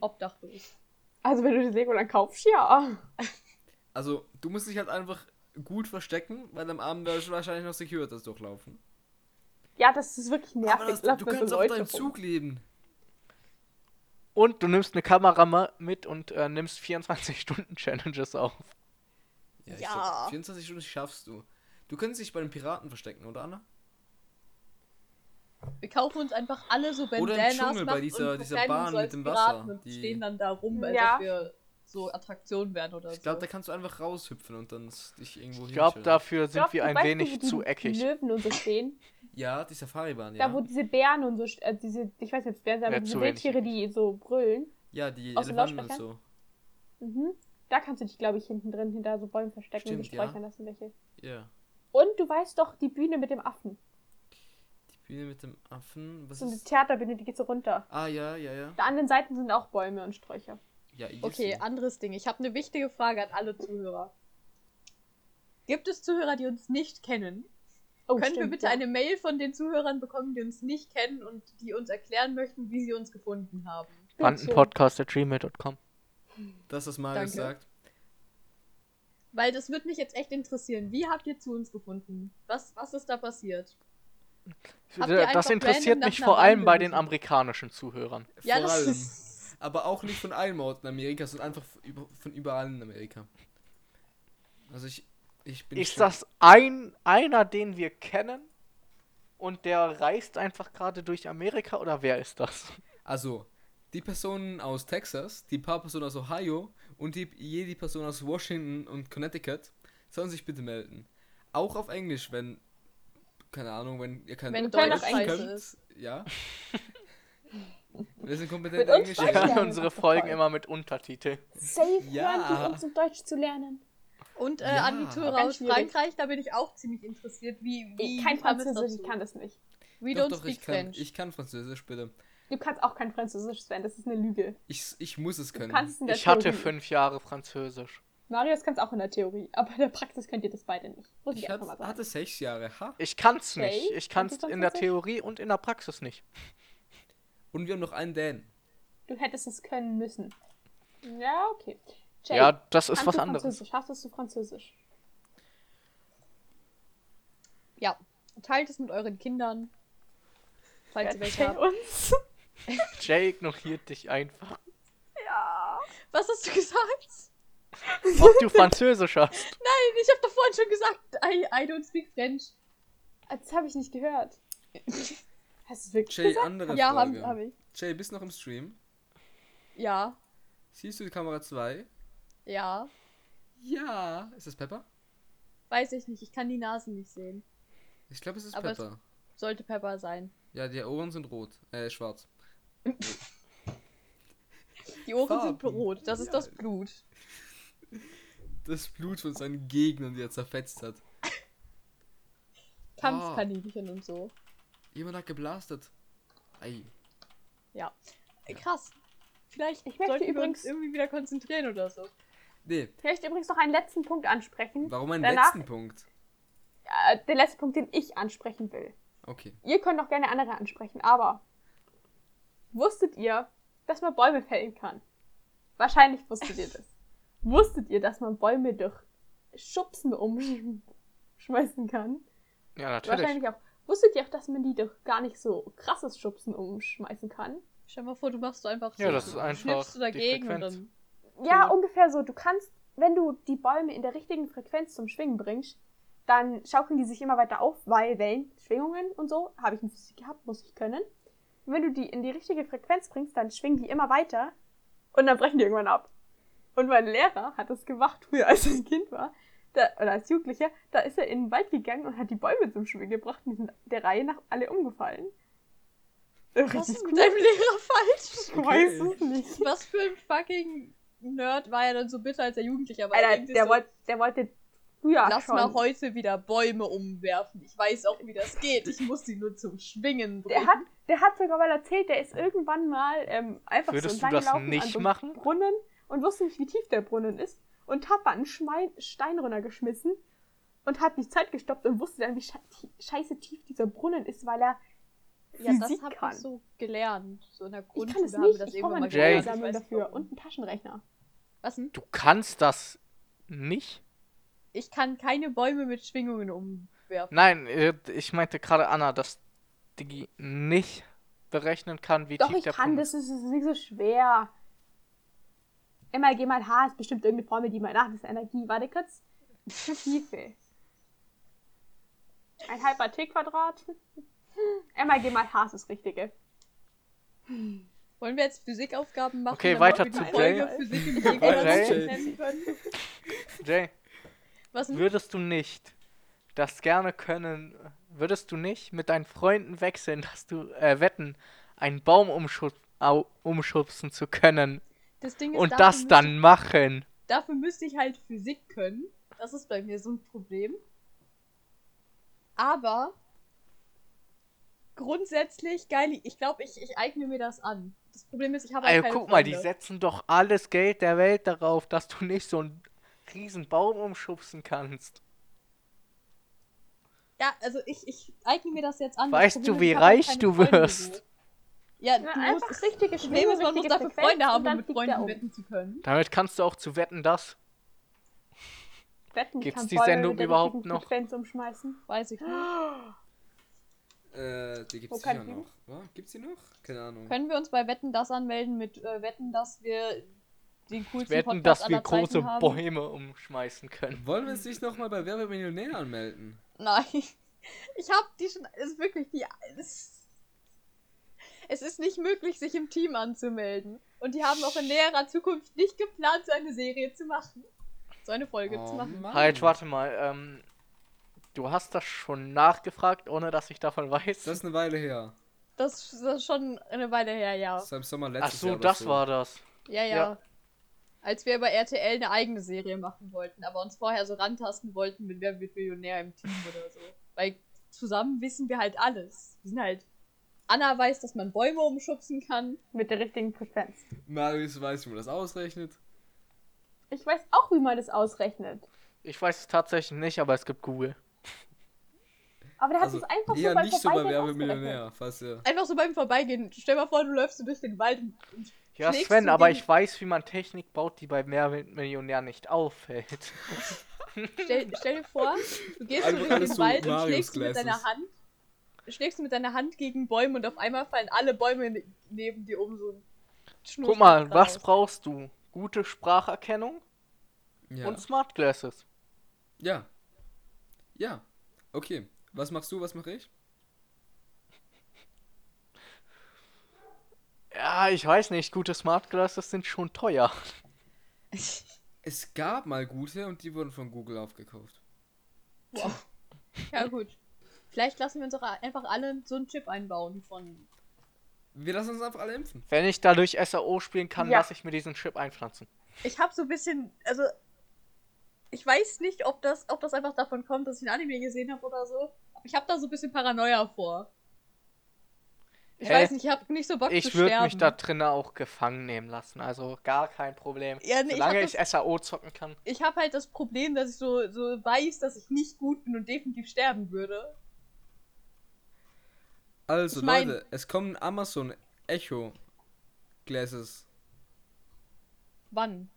Obdachlos.
Also, wenn du das Lego dann kaufst, ja.
Also, du musst dich halt einfach gut verstecken, weil am Abend wirst du wahrscheinlich noch Securitas durchlaufen.
Ja, das ist wirklich nervig.
Aber das,
Lass
du
mal so
kannst auf
Leute
deinem
rum.
Zug leben.
Und du nimmst eine Kamera ma- mit und äh, nimmst 24-Stunden-Challenges auf.
Ja. ich
Ja.
glaub, 24 Stunden schaffst du. Du könntest dich bei den Piraten verstecken, oder Anna?
Wir kaufen uns einfach alle so
im
Bandanas
Dschungel bei
machen
dieser-
und
dieser
verkleiden uns
Bahn
so als
mit dem
Piraten
Wasser,
Und
die-
stehen dann da rum, als
Ja.
ob wir so Attraktionen wären oder
Ich
so.
glaube, da kannst du einfach raushüpfen und dann s- dich irgendwo
Ich glaube,
hinstellen.
dafür sind
Glaubst
wir
du,
ein
weißt du, wo
wenig
die
zu eckig.
Löwen und so stehen.
Ja, die Safaribahn, ja.
Da, wo diese Bären und so, st- äh, diese, ich weiß nicht, ob es Bären sind, aber
Ja, zu
diese
wenig
Wildtiere, die so brüllen.
ja, die
Aus den
Elefanten und
Lautsprechern?
so.
Mhm. Da kannst du dich, glaube ich, hinten drin, hinter so Bäumen verstecken und
Stimmt,
dich räuchern
ja.
lassen, welche.
Ja.
Und du weißt doch, die Bühne mit dem Affen.
Die Bühne mit dem Affen. Was
So eine
ist.
Theaterbühne, die geht so runter.
Ah, ja, ja, ja.
Auf der anderen Seite sind auch Bäume und Sträucher.
Ja, easy.
Okay, ah, anderes Ding. Ich habe eine wichtige Frage an alle Zuhörer. Gibt es Zuhörer, die uns nicht kennen?
Oh,
Können wir
stimmt,
bitte
ja.
eine Mail von den Zuhörern bekommen, die uns nicht kennen und die uns erklären möchten, wie sie uns gefunden haben?
Bandenpodcast.gmail.com.
Das, was Marius
Danke.
sagt.
Weil das würde mich jetzt echt interessieren. Wie habt ihr zu uns gefunden? Was, was ist da passiert? Habt ihr
Das
einfach
interessiert
random nach
mich
einer
vor allem
Bande
bei den
gesucht?
amerikanischen Zuhörern.
Ja,
Vor
das
allem.
ist.
Aber auch nicht von einem Ort in Amerika, sondern einfach von über- von überall in Amerika. Also ich, ich bin
Ist
schon-
das ein, einer, den wir kennen? Und der reist einfach gerade durch Amerika oder wer ist das?
Also, die Personen aus Texas, die paar Personen aus Ohio und die, jede Person aus Washington und Connecticut sollen sich bitte melden. Auch auf Englisch, wenn, keine Ahnung, wenn ihr kein
Wenn
Deutsch scheiße
ist.
Ja. Wir sind kompetent
Mit
Englisch.
uns beiden.
Wir
Ja,
hören
ja,
unsere
das ist
Folgen
voll.
immer mit Untertitel.
Safe
Ja.
hören die uns, um Deutsch zu lernen.
Und äh,
Ja.
an die Zuhörer
Ganz
aus
schwierig.
Frankreich, da bin ich auch ziemlich interessiert. Wie, wie
Ich kein
kam es
Französisch, ich
dazu?
kann das nicht.
We
Doch,
don't
doch, ich
speak
kann,
French.
ich kann Französisch, bitte.
Du kannst auch kein Französisch, Sven, das ist eine Lüge.
Ich, ich muss es
Du
können.
kannst es in der
Ich hatte
Theorie.
fünf Jahre Französisch.
Marius kann es auch in der Theorie, aber in der Praxis könnt ihr das beide nicht. Muss ich,
ich
einfach mal
hatte,
sagen.
hatte sechs Jahre, ha?
Ich kann's nicht.
Okay,
Ich kann's
kannst du
in der
Französisch?
Theorie und in der Praxis nicht.
Und wir haben noch einen Dan.
Du hättest es können müssen. Ja, okay. Jay,
Ja, das ist
kannst
was
du
anderes.
Französisch? Hast du Französisch?
Ja. Teilt es mit euren Kindern. Falls ihr welche
Jay
habt.
uns.
Jay ignoriert dich einfach.
Ja.
Was hast du gesagt?
Ob du Französisch hast.
Nein, ich habe doch vorhin schon gesagt, I, I don't speak French.
Das habe ich nicht gehört. Hast du es wirklich
Jay,
gesagt?
andere
Ja, hab,
Frage.
hab ich.
Jay, bist du noch im Stream?
Ja,
Siehst du die Kamera 2?
ja.
Ja. Ist das Pepper?
Weiß ich nicht, ich kann die Nasen nicht sehen.
Ich glaube, es ist
Aber es-
Pepper.
Sollte Pepper sein.
Ja, die Ohren sind rot. Äh, schwarz.
Die Ohren sind
Farben.
rot, das ist
Ja.
das Blut.
Das Blut von seinen Gegnern, die er zerfetzt hat.
Kampfkaninchen und so.
Jemand hat geblastet. Ei.
Ja. Äh, Krass. Vielleicht
Ich möchte
sollten wir uns
übrigens-
irgendwie wieder konzentrieren oder so.
Nee,
Ich möchte übrigens noch einen letzten Punkt ansprechen.
warum einen
Danach-
letzten Punkt?
Äh, der letzte Punkt, den ich ansprechen will.
Okay.
Ihr könnt auch gerne andere ansprechen, aber wusstet ihr, dass man Bäume fällen kann? Wahrscheinlich wusstet ihr das. Wusstet ihr, dass man Bäume durch Schubsen umschmeißen kann?
Ja, natürlich.
Wahrscheinlich auch. Wusstet ihr auch, dass man die durch gar nicht so krasses Schubsen umschmeißen kann?
Stell mal vor, du machst so einfach
Ja,
so.
das ist einfach
schnippst du
die
dagegen und
Frequenz.
dann.
Ja,
Cool.
ungefähr so. Du kannst, wenn du die Bäume in der richtigen Frequenz zum Schwingen bringst, dann schaukeln die sich immer weiter auf, weil Wellen, Schwingungen und so, habe ich in Physik gehabt, muss ich können. Und wenn du die in die richtige Frequenz bringst, dann schwingen die immer weiter und dann brechen die irgendwann ab. Und mein Lehrer hat das gemacht, früher als er ein Kind war, da, oder als Jugendlicher, da ist er in den Wald gegangen und hat die Bäume zum Schwingen gebracht und die sind der Reihe nach alle umgefallen.
Was ist
Richtig
mit
cool.
deinem Lehrer falsch?
Ich weiß es nicht.
Was für ein fucking Nerd war er dann so bitter, als er Jugendlicher war? Er
Alter,
denkt sich
der,
so,
wollte, der wollte früher
Lass
schon.
mal heute wieder Bäume umwerfen. Ich weiß auch, wie das geht. Ich muss sie nur zum Schwingen bringen.
der, hat, der hat sogar mal erzählt, der ist irgendwann mal ähm, einfach
Würdest
so
du das
entlanggelaufen
nicht
an so einem
machen?
Brunnen und wusste nicht, wie tief der Brunnen ist und hat da einen Schmei Stein runtergeschmissen und hat die Zeit gestoppt und wusste dann, wie sche tie- scheiße tief dieser Brunnen ist, weil er
ja, das
Physik
hab
kann.
ich so gelernt. So in der
ich kann
Grundschule
es
haben wir
nicht,
das
ich
irgendwann
brauche
mal
meine
Jay.
Schule
gelernt. Ich
sammeln
weiß
dafür
warum.
und einen Taschenrechner.
Was denn?
Du kannst das nicht?
Ich kann keine Bäume mit Schwingungen umwerfen.
Nein, äh, ich meinte gerade Anna, dass Digi nicht berechnen kann, wie
Doch,
tief
ich
der
kann,
Punkt
das ist, das ist nicht so schwer. Einmal G mal H ist bestimmt irgendeine Formel, die mal nach ist Energie. Warte kurz. Tiefe. Ein halber T-Quadrat. Einmal G mal H ist das Richtige.
Wollen wir jetzt Physikaufgaben machen?
Okay,
damit
weiter
wir
zu
die
Jay.
Folge Physik im
Jay.
Gegensatz nennen können?
ist. Jay,
Was denn?
würdest du nicht das gerne können, würdest du nicht mit deinen Freunden wechseln, dass du, äh, wetten, einen Baum umschu au umschubsen zu können
Das Ding ist,
und
dafür
das dann machen?
Müsste, dafür müsste ich halt Physik können. Das ist bei mir so ein Problem. Aber grundsätzlich geil. Ich glaube, ich, ich eigne mir das an. Das Problem ist, ich habe halt
Ey,
keine
guck mal, die
Freunde.
setzen doch alles Geld der Welt darauf, dass du nicht so einen riesen Baum umschubsen kannst.
Ja, also ich, ich eigne mir das jetzt an. Das
Weißt
Problem
du,
ist,
wie
ich habe
reich
keine
du
Freunde
wirst?
so. Ja,
Na,
du
einfach
musst,
richtige
das Problem
Schwingung,
ist, man muss
richtige
dafür
Frequenz
Freunde
und
haben,
dann
um mit
fliegt der
Freunden
um.
wetten zu können.
Damit kannst du auch zu wetten, dass.
Wetten,
Gibt's
kann
die
Bäume
Sendung
mit der
überhaupt
richtigen
noch?
Frequenz umschmeißen.
Weiß ich nicht.
Äh, die
Wo
gibt's
kann
sicher
ich
noch. Was? Gibt's die noch? Keine Ahnung.
Können wir uns bei Wetten das anmelden mit äh, Wetten, dass wir den coolsten
Wetten,
Podcast
dass wir
aller Zeiten
große
haben?
Bäume umschmeißen können.
Wollen wir uns nicht nochmal bei Werbe Millionär anmelden?
Nein. Ich hab die schon. Es ist wirklich die. Es, es ist nicht möglich, sich im Team anzumelden. Und die haben auch in näherer Zukunft nicht geplant, so eine Serie zu machen. So eine Folge zu machen.
Oh Mann.
Halt, warte mal. Ähm, du hast das schon nachgefragt, ohne dass ich davon weiß.
Das ist eine Weile her.
Das, das ist schon eine Weile her, ja.
Das war im Sommer letztes
Ach so,
Jahr oder
das
so.
war das.
Ja, ja.
Ja.
Als wir bei RTL eine eigene Serie machen wollten, aber uns vorher so rantasten wollten, mit wer wird Millionär im Team oder so. Weil zusammen wissen wir halt alles. Wir sind halt. Anna weiß, dass man Bäume umschubsen kann.
Mit der richtigen Frequenz.
Marius weiß, wie man das ausrechnet.
Ich weiß auch, wie man das ausrechnet.
Ich weiß es tatsächlich nicht, aber es gibt Google.
Aber der hat
Also,
es einfach so
Also eher
beim
nicht so bei
Vorbeigehen
Werbe
ausgerechnet.
Millionär, falls ihr.
Einfach so beim Vorbeigehen. Stell mal vor, du läufst so durch den Wald und
Ja,
Schlägst
Sven,
du
aber
den-
ich weiß, wie man Technik baut, die bei Mehrmillionär nicht auffällt.
stell, stell dir vor, du gehst so
Einfach
durch
alles
den
so
Wald und
Marius
schlägst mit
Glasses.
deiner Hand. Schlägst mit deiner Hand gegen Bäume und auf einmal fallen alle Bäume ne- neben dir um so ein Schnur.
Guck mal, was brauchst du? Gute Spracherkennung
Ja.
und Smart Glasses.
ja. Ja. Okay. Was machst du, was mache ich?
Ja, ich weiß nicht, gute Smart Glasses sind schon teuer.
Es gab mal gute und die wurden von Google aufgekauft.
Wow. Ja, gut. Vielleicht lassen wir uns auch einfach alle so einen Chip einbauen von.
Wir lassen uns einfach alle impfen.
Wenn ich dadurch SAO spielen kann,
Ja.
lasse ich mir diesen Chip einpflanzen.
Ich habe so ein bisschen. Also. Ich weiß nicht, ob das, ob das einfach davon kommt, dass ich ein Anime gesehen habe oder so. Aber ich habe da so ein bisschen Paranoia vor. Ich
Hä?
weiß nicht, ich habe nicht so Bock zu
Ich
sterben.
würde mich da drinnen auch gefangen nehmen lassen, also gar kein Problem.
Ja, nee, ich
Solange
hab
ich, SAO zocken kann.
ich habe halt das Problem, dass ich so, so weiß, dass ich nicht gut bin und definitiv sterben würde.
Also,
Ich mein-
Leute, es kommen Amazon Echo Glasses.
Wann?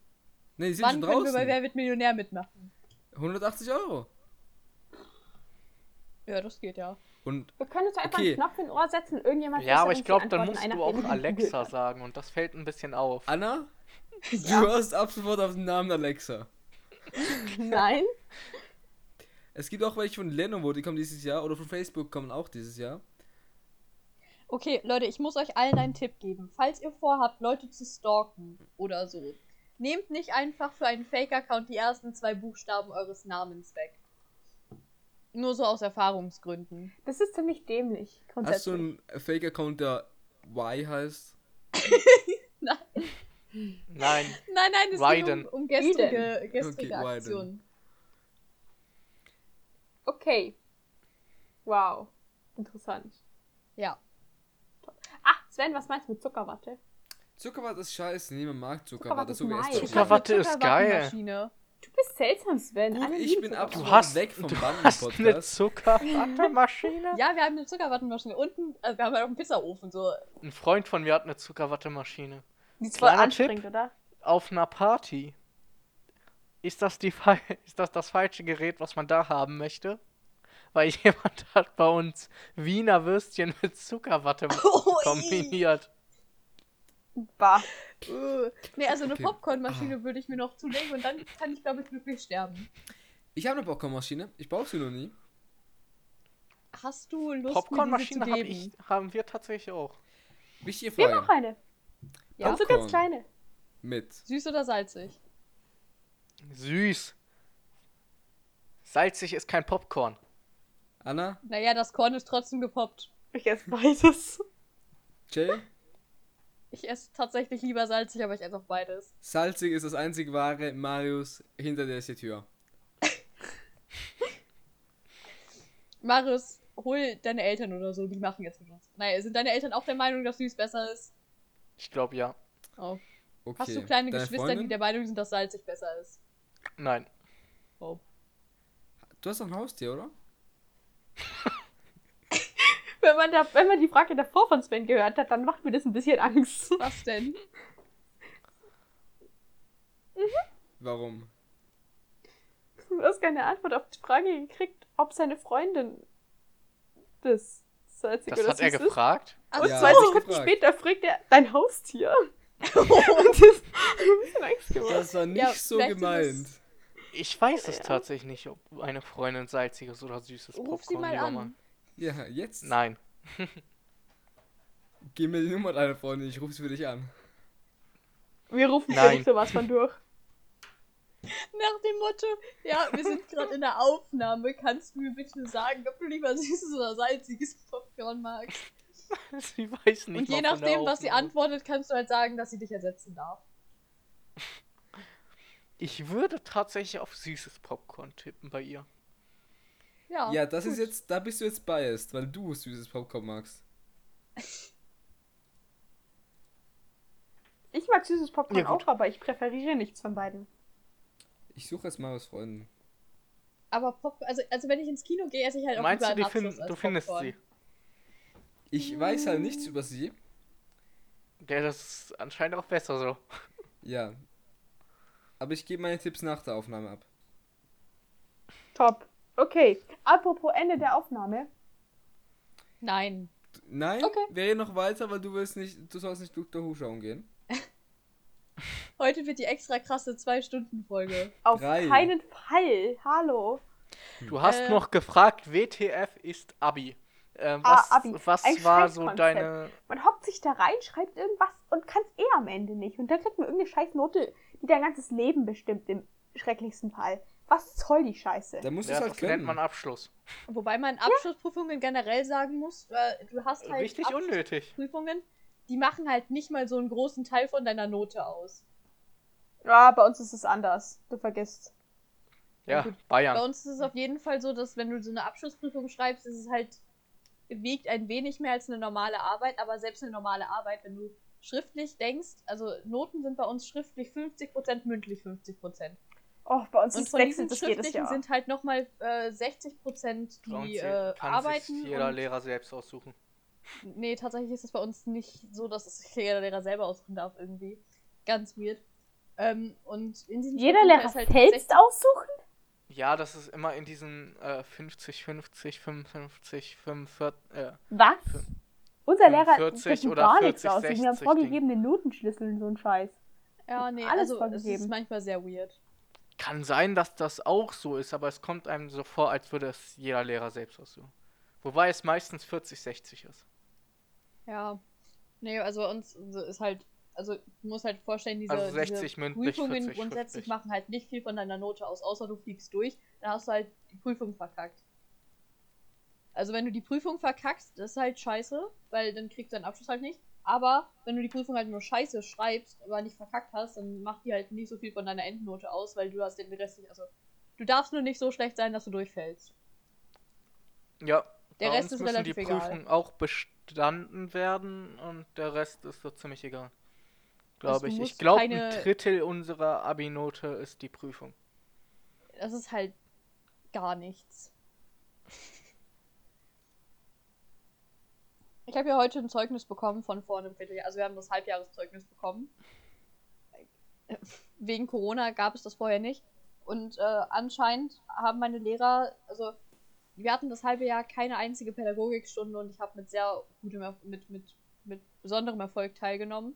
Ne, die sind
Wann
schon
können wir bei
draußen.
Wer wird Millionär mitmachen?
180 Euro.
Ja, das geht ja.
Und
Wir können uns doch einfach
Okay.
einen Knopf in Ohr setzen und irgendjemand
Ja, aber
muss
ich
uns die
glaube, dann
Antworten
musst
einer
du auch
finden.
Alexa sagen und das fällt ein bisschen auf.
Anna,
Ja.
du hörst ab sofort auf den Namen Alexa.
Nein.
Es gibt auch welche von Lenovo, die kommen dieses Jahr, oder von Facebook kommen auch dieses Jahr.
Okay, Leute, ich muss euch allen einen Tipp geben. Falls ihr vorhabt, Leute zu stalken oder so, nehmt nicht einfach für einen Fake-Account die ersten zwei Buchstaben eures Namens weg. Nur so aus Erfahrungsgründen.
Das ist ziemlich dämlich,
Hast du
grundsätzlich.
einen Fake-Account, der Y heißt?
Nein.
Nein, nein, es
Raiden.
geht um, um gestrige,
Eden.
gestrige
Okay, Raiden.
Aktionen.
okay. Wow. Interessant.
Ja.
Ah, Sven, was meinst du mit Zuckerwatte?
Zuckerwatte ist scheiße, niemand mag Zuckerwatte,
Zuckerwatte ist
so wie
nice.
es
Zucker-
Zuckerwatte.
Zuckerwatte ist
Zuckerwattenmaschine.
Du bist seltsam, Sven. Alle
Ich
lieben
bin
Zuckerwatte.
absolut
Du hast-
weg vom
Du hast eine
Banden-Podcast.
Zuckerwattermaschine?
Ja, wir haben eine Zuckerwattenmaschine. Unten, also wir haben halt auch einen Pizzaofen. So.
Ein Freund von mir hat eine Zuckerwattemaschine.
Die ist voll
Kleiner
anstrengend, oder?
Auf einer Party. Ist das, die, fal- ist das das falsche Gerät, was man da haben möchte? Weil jemand hat bei uns Wiener Würstchen mit Zuckerwatte
Oh, i.
kombiniert.
Bah.
Äh. Nee, also eine
Okay.
Ah.
Popcornmaschine würde ich mir noch zulegen und dann kann ich, glaube ich, glücklich sterben.
Ich habe eine Popcornmaschine, ich brauche sie noch nie.
Hast du Lust,
Popcornmaschine
mir
hab
diese zu
ich-
geben?
haben wir tatsächlich auch.
Wichtige
Wir haben auch
Frage.
eine.
Ja?
So ganz kleine.
Mit.
Süß oder salzig?
Süß. Salzig ist kein Popcorn.
Anna,
Naja, das Korn ist trotzdem gepoppt.
Ich esse beides.
Jay,
Ich esse tatsächlich lieber salzig, aber ich esse auch beides.
salzig ist das einzig wahre, Marius, hinter der ist die Tür.
Marius, hol deine Eltern oder so, die machen jetzt mit uns. Naja, sind deine Eltern auch der Meinung, dass Süß besser ist?
Ich glaube ja.
Oh.
Okay.
Hast du kleine
Deine
Geschwister, die
Freundin?
der Meinung sind, dass salzig besser ist?
Nein.
Oh.
Du hast doch ein Haustier, oder?
Wenn man, da, wenn man die Frage davor von Sven gehört hat, dann macht mir das ein bisschen Angst.
Was denn?
Warum?
Du hast keine Antwort auf die Frage gekriegt, ob seine Freundin das salzig
Das
oder
hat er
süß ist.
gefragt.
Ach
Und
Ja,
zwei
hab ich
Sekunden
gefragt.
später fragt er, dein Haustier. Und das hat mir ein bisschen Angst gemacht.
Das war nicht
Ja,
so
vielleicht ist
gemeint.
es-
Ich weiß es tatsächlich nicht, ob eine Freundin salziges oder süßes
Ruf sie
Popcorn
mal
lieber
an.
mag.
Ja, jetzt
Nein.
gib mir die Nummer deiner Freundin, ich rufe sie für dich an.
Wir rufen
Nein.
für nicht sowas von durch.
Nach dem Motto, ja, wir sind gerade in der Aufnahme. Kannst du mir bitte sagen, ob du lieber süßes oder salziges Popcorn magst?
Sie weiß nicht.
Und je
mal von der
nachdem, was sie
Aufnahme.
antwortet, kannst du halt sagen, dass sie dich ersetzen darf.
Ich würde tatsächlich auf süßes Popcorn tippen bei ihr.
Ja.
ja, das ist jetzt, da bist du jetzt biased, weil du süßes Popcorn magst.
Ich mag süßes Popcorn
Ja, gut.
auch, aber ich präferiere nichts von beiden.
Ich suche jetzt mal was Freunden.
Aber Pop also, also wenn ich ins Kino gehe, esse ich halt auch
Meinst du,
lieber
die
einen Abschuss
fin
als
du findest
Popcorn.
Ich weiß halt nichts über sie.
sie? Ja, das ist anscheinend auch besser so.
Ja. Aber ich gebe meine Tipps nach der Aufnahme ab.
Top. Okay. Apropos Ende der Aufnahme.
Nein.
Nein,
Okay.
wir reden noch weiter, weil du willst nicht, du sollst nicht Dr. Who schauen gehen.
Heute wird die extra krasse 2-Stunden-Folge.
Auf
Drei.
keinen Fall. Hallo.
Hm.
Du hast
Äh.
noch gefragt, WTF ist Abi. Äh,
Ah,
was
Abi.
was
Ein
war so
Scheißkonzept.
deine.
Man hockt sich da rein, schreibt irgendwas und kann es eh am Ende nicht. Und dann kriegt man irgendeine scheiß Note, die dein ganzes Leben bestimmt, im schrecklichsten Fall. Was soll die Scheiße?
Da musst du
Ja,
es
das
halt
nennt
können.
man Abschluss.
Wobei man Abschlussprüfungen generell sagen muss, weil du hast halt
Richtig unnötig.
Prüfungen, die machen halt nicht mal so einen großen Teil von deiner Note aus.
Ja, Ah, bei uns ist es anders. Du vergisst.
Ja,
Bei
Bayern.
uns ist es auf jeden Fall so, dass wenn du so eine Abschlussprüfung schreibst, ist es halt wiegt ein wenig mehr als eine normale Arbeit, aber selbst eine normale Arbeit, wenn du schriftlich denkst, also Noten sind bei uns schriftlich 50%, mündlich 50%.
Oh, bei uns
Und
ist
von diesen
wechselt das jedes
schriftlichen
Jahr.
sind halt nochmal äh, 60%,
Bei uns
die äh,
kann
arbeiten.
sich jeder
und-
Lehrer selbst aussuchen.
Nee, tatsächlich ist es bei uns nicht so, dass es sich jeder Lehrer selber aussuchen darf, irgendwie. Ganz weird. Ähm, und in diesem
Jeder Lehrer
ist halt
selbst aussuchen?
Ja, das ist immer in diesen äh, 50, 50, 55, 45, äh,
Was?
Fün-
Unser Lehrer
45
sucht
oder
gar nichts
40,
aus. Wir haben
60
vorgegegebene Notenschlüssel und so einen Scheiß.
Ja, nee,
alles
also es ist
vorgegeben.
manchmal sehr weird.
Kann sein, dass das auch so ist, aber es kommt einem so vor, als würde es jeder Lehrer selbst aussuchen. Wobei es meistens 40, 60 ist.
Ja. Nee, also bei uns so ist halt, also du musst halt vorstellen, diese,
Also 60
diese
mündlich,
Prüfungen
40
grundsätzlich
schriftlich.
machen halt nicht viel von deiner Note aus, außer du fliegst durch, dann hast du halt die Prüfung verkackt. Also wenn du die Prüfung verkackst, das ist halt scheiße, weil dann kriegst du deinen Abschluss halt nicht. Aber wenn du die Prüfung halt nur scheiße schreibst, aber nicht verkackt hast, dann macht die halt nicht so viel von deiner Endnote aus, weil du hast den Rest nicht, also du darfst nur nicht so schlecht sein, dass du durchfällst.
Ja.
Der
bei
Rest
uns
ist
müssen
relativ
die
egal.
Prüfungen auch bestanden werden und der Rest ist so ziemlich egal.
Also du
Glaube ich. Ich
musst
glaube,
keine-
ein Drittel unserer Abi-Note ist die Prüfung.
Das ist halt gar nichts. Ich habe ja heute ein Zeugnis bekommen von vor einem Vierteljahr. Also wir haben das Halbjahreszeugnis bekommen. Wegen Corona gab es das vorher nicht. Und äh, anscheinend haben meine Lehrer, also wir hatten das halbe Jahr keine einzige Pädagogikstunde und ich habe mit sehr gutem, Erf- mit, mit, mit besonderem Erfolg teilgenommen.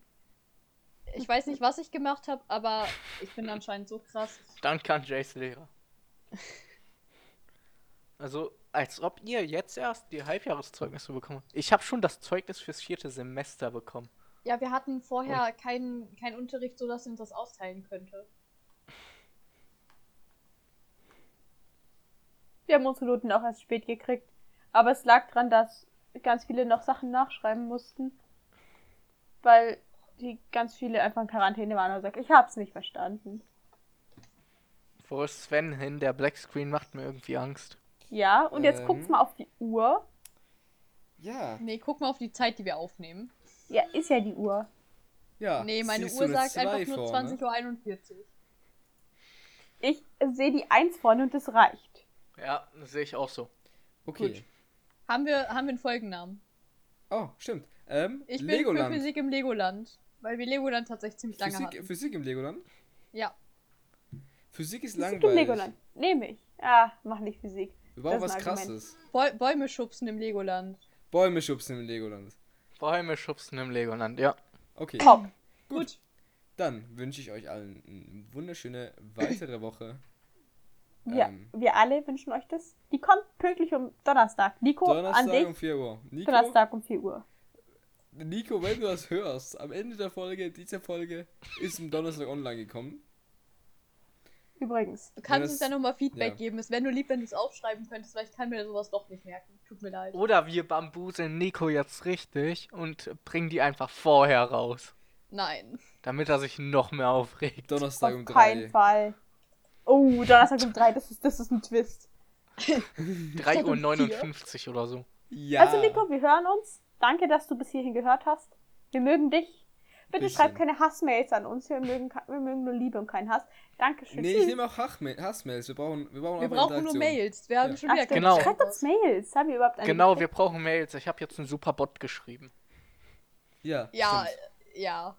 Ich weiß nicht, was ich gemacht habe, aber ich bin anscheinend so krass.
Dann kann Jays Lehrer. Also, als ob ihr jetzt erst die Halbjahreszeugnisse bekommt. Ich habe schon das Zeugnis fürs vierte Semester bekommen.
Ja, wir hatten vorher keinen keinen Unterricht, so dass sie uns das austeilen könnte.
Wir haben unsere Noten auch erst spät gekriegt. Aber es lag dran, dass ganz viele noch Sachen nachschreiben mussten. Weil die ganz viele einfach in Quarantäne waren und sagen, ich hab's nicht verstanden.
Wo ist Sven hin? Der Black Screen macht mir irgendwie Angst.
Ja, und jetzt
Ähm.
guckt's mal auf die Uhr.
Ja.
Nee, guck mal auf die Zeit, die wir aufnehmen.
Ja, ist ja die Uhr.
Ja.
nee, meine
siehst du
Uhr
eine
sagt
zwei ne?
einfach nur
vorne?
20.41 Uhr.
Ich sehe die 1 vorne und das reicht.
Ja, das sehe ich auch so.
Okay.
Gut. Haben wir, haben wir einen Folgennamen?
Oh, stimmt. Ähm,
Ich bin
Legoland.
für Physik im Legoland. Weil wir Legoland tatsächlich ziemlich lange
Physik,
hatten.
Physik im Legoland?
Ja.
Physik ist
Physik im
langweilig.
Legoland. Nehme ich. Ah, mach nicht Physik.
Wir brauchen was
Das ist ein Argument.
krasses.
Bäu- Bäume schubsen im Legoland.
Bäume schubsen im Legoland.
Bäume schubsen im Legoland, ja.
Okay.
Top.
Gut. Dann wünsche ich euch allen eine wunderschöne weitere Woche.
Ja,
Ähm.
wir alle wünschen euch das. Die kommt pünktlich um Donnerstag. Nico, an
Donnerstag
dich.
um 4 Uhr. Nico,
Donnerstag um 4 Uhr.
Nico, wenn du das hörst, am Ende der Folge, dieser Folge, ist am Donnerstag online gekommen.
Übrigens.
Du
Ja,
kannst
das-
uns ja nochmal Feedback
ja.
geben. Es wäre nur lieb, wenn du es aufschreiben könntest, weil ich kann mir sowas doch nicht merken. Tut mir
Oh.
leid.
Oder wir bambuseln Nico jetzt richtig und bringen die einfach vorher raus.
Nein.
Damit er sich noch mehr aufregt.
Donnerstag um
Auf
3.
keinen Fall. Oh, Donnerstag um 3, das ist, das ist ein Twist.
3.59 Uhr oder so.
Ja.
Also Nico, wir hören uns. Danke, dass du bis hierhin gehört hast. Wir mögen dich. Bitte
Bisschen.
schreib keine Hassmails an uns. Wir mögen, ke- wir mögen nur Liebe und keinen Hass. Dankeschön.
Nee, ich nehme auch Hachma- Hassmails. Wir brauchen, wir brauchen
Wir
einfach
brauchen nur
Interaktion.
Mails. Wir haben
Ja.
schon wieder
Ach,
keine
genau.
Schreibt uns Mails. Haben wir überhaupt eine?
Genau, wir
gekriegt?
brauchen Mails. Ich habe jetzt einen super Bot geschrieben.
Ja.
Ja,
stimmt.
äh, ja.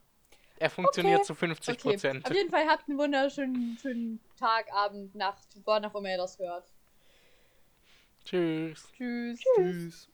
Er funktioniert
Okay.
zu 50
Okay.
Prozent.
Auf jeden Fall habt einen wunderschönen schönen Tag, Abend, Nacht, wann auch immer ihr das hört.
Tschüss.
Tschüss.
Tschüss.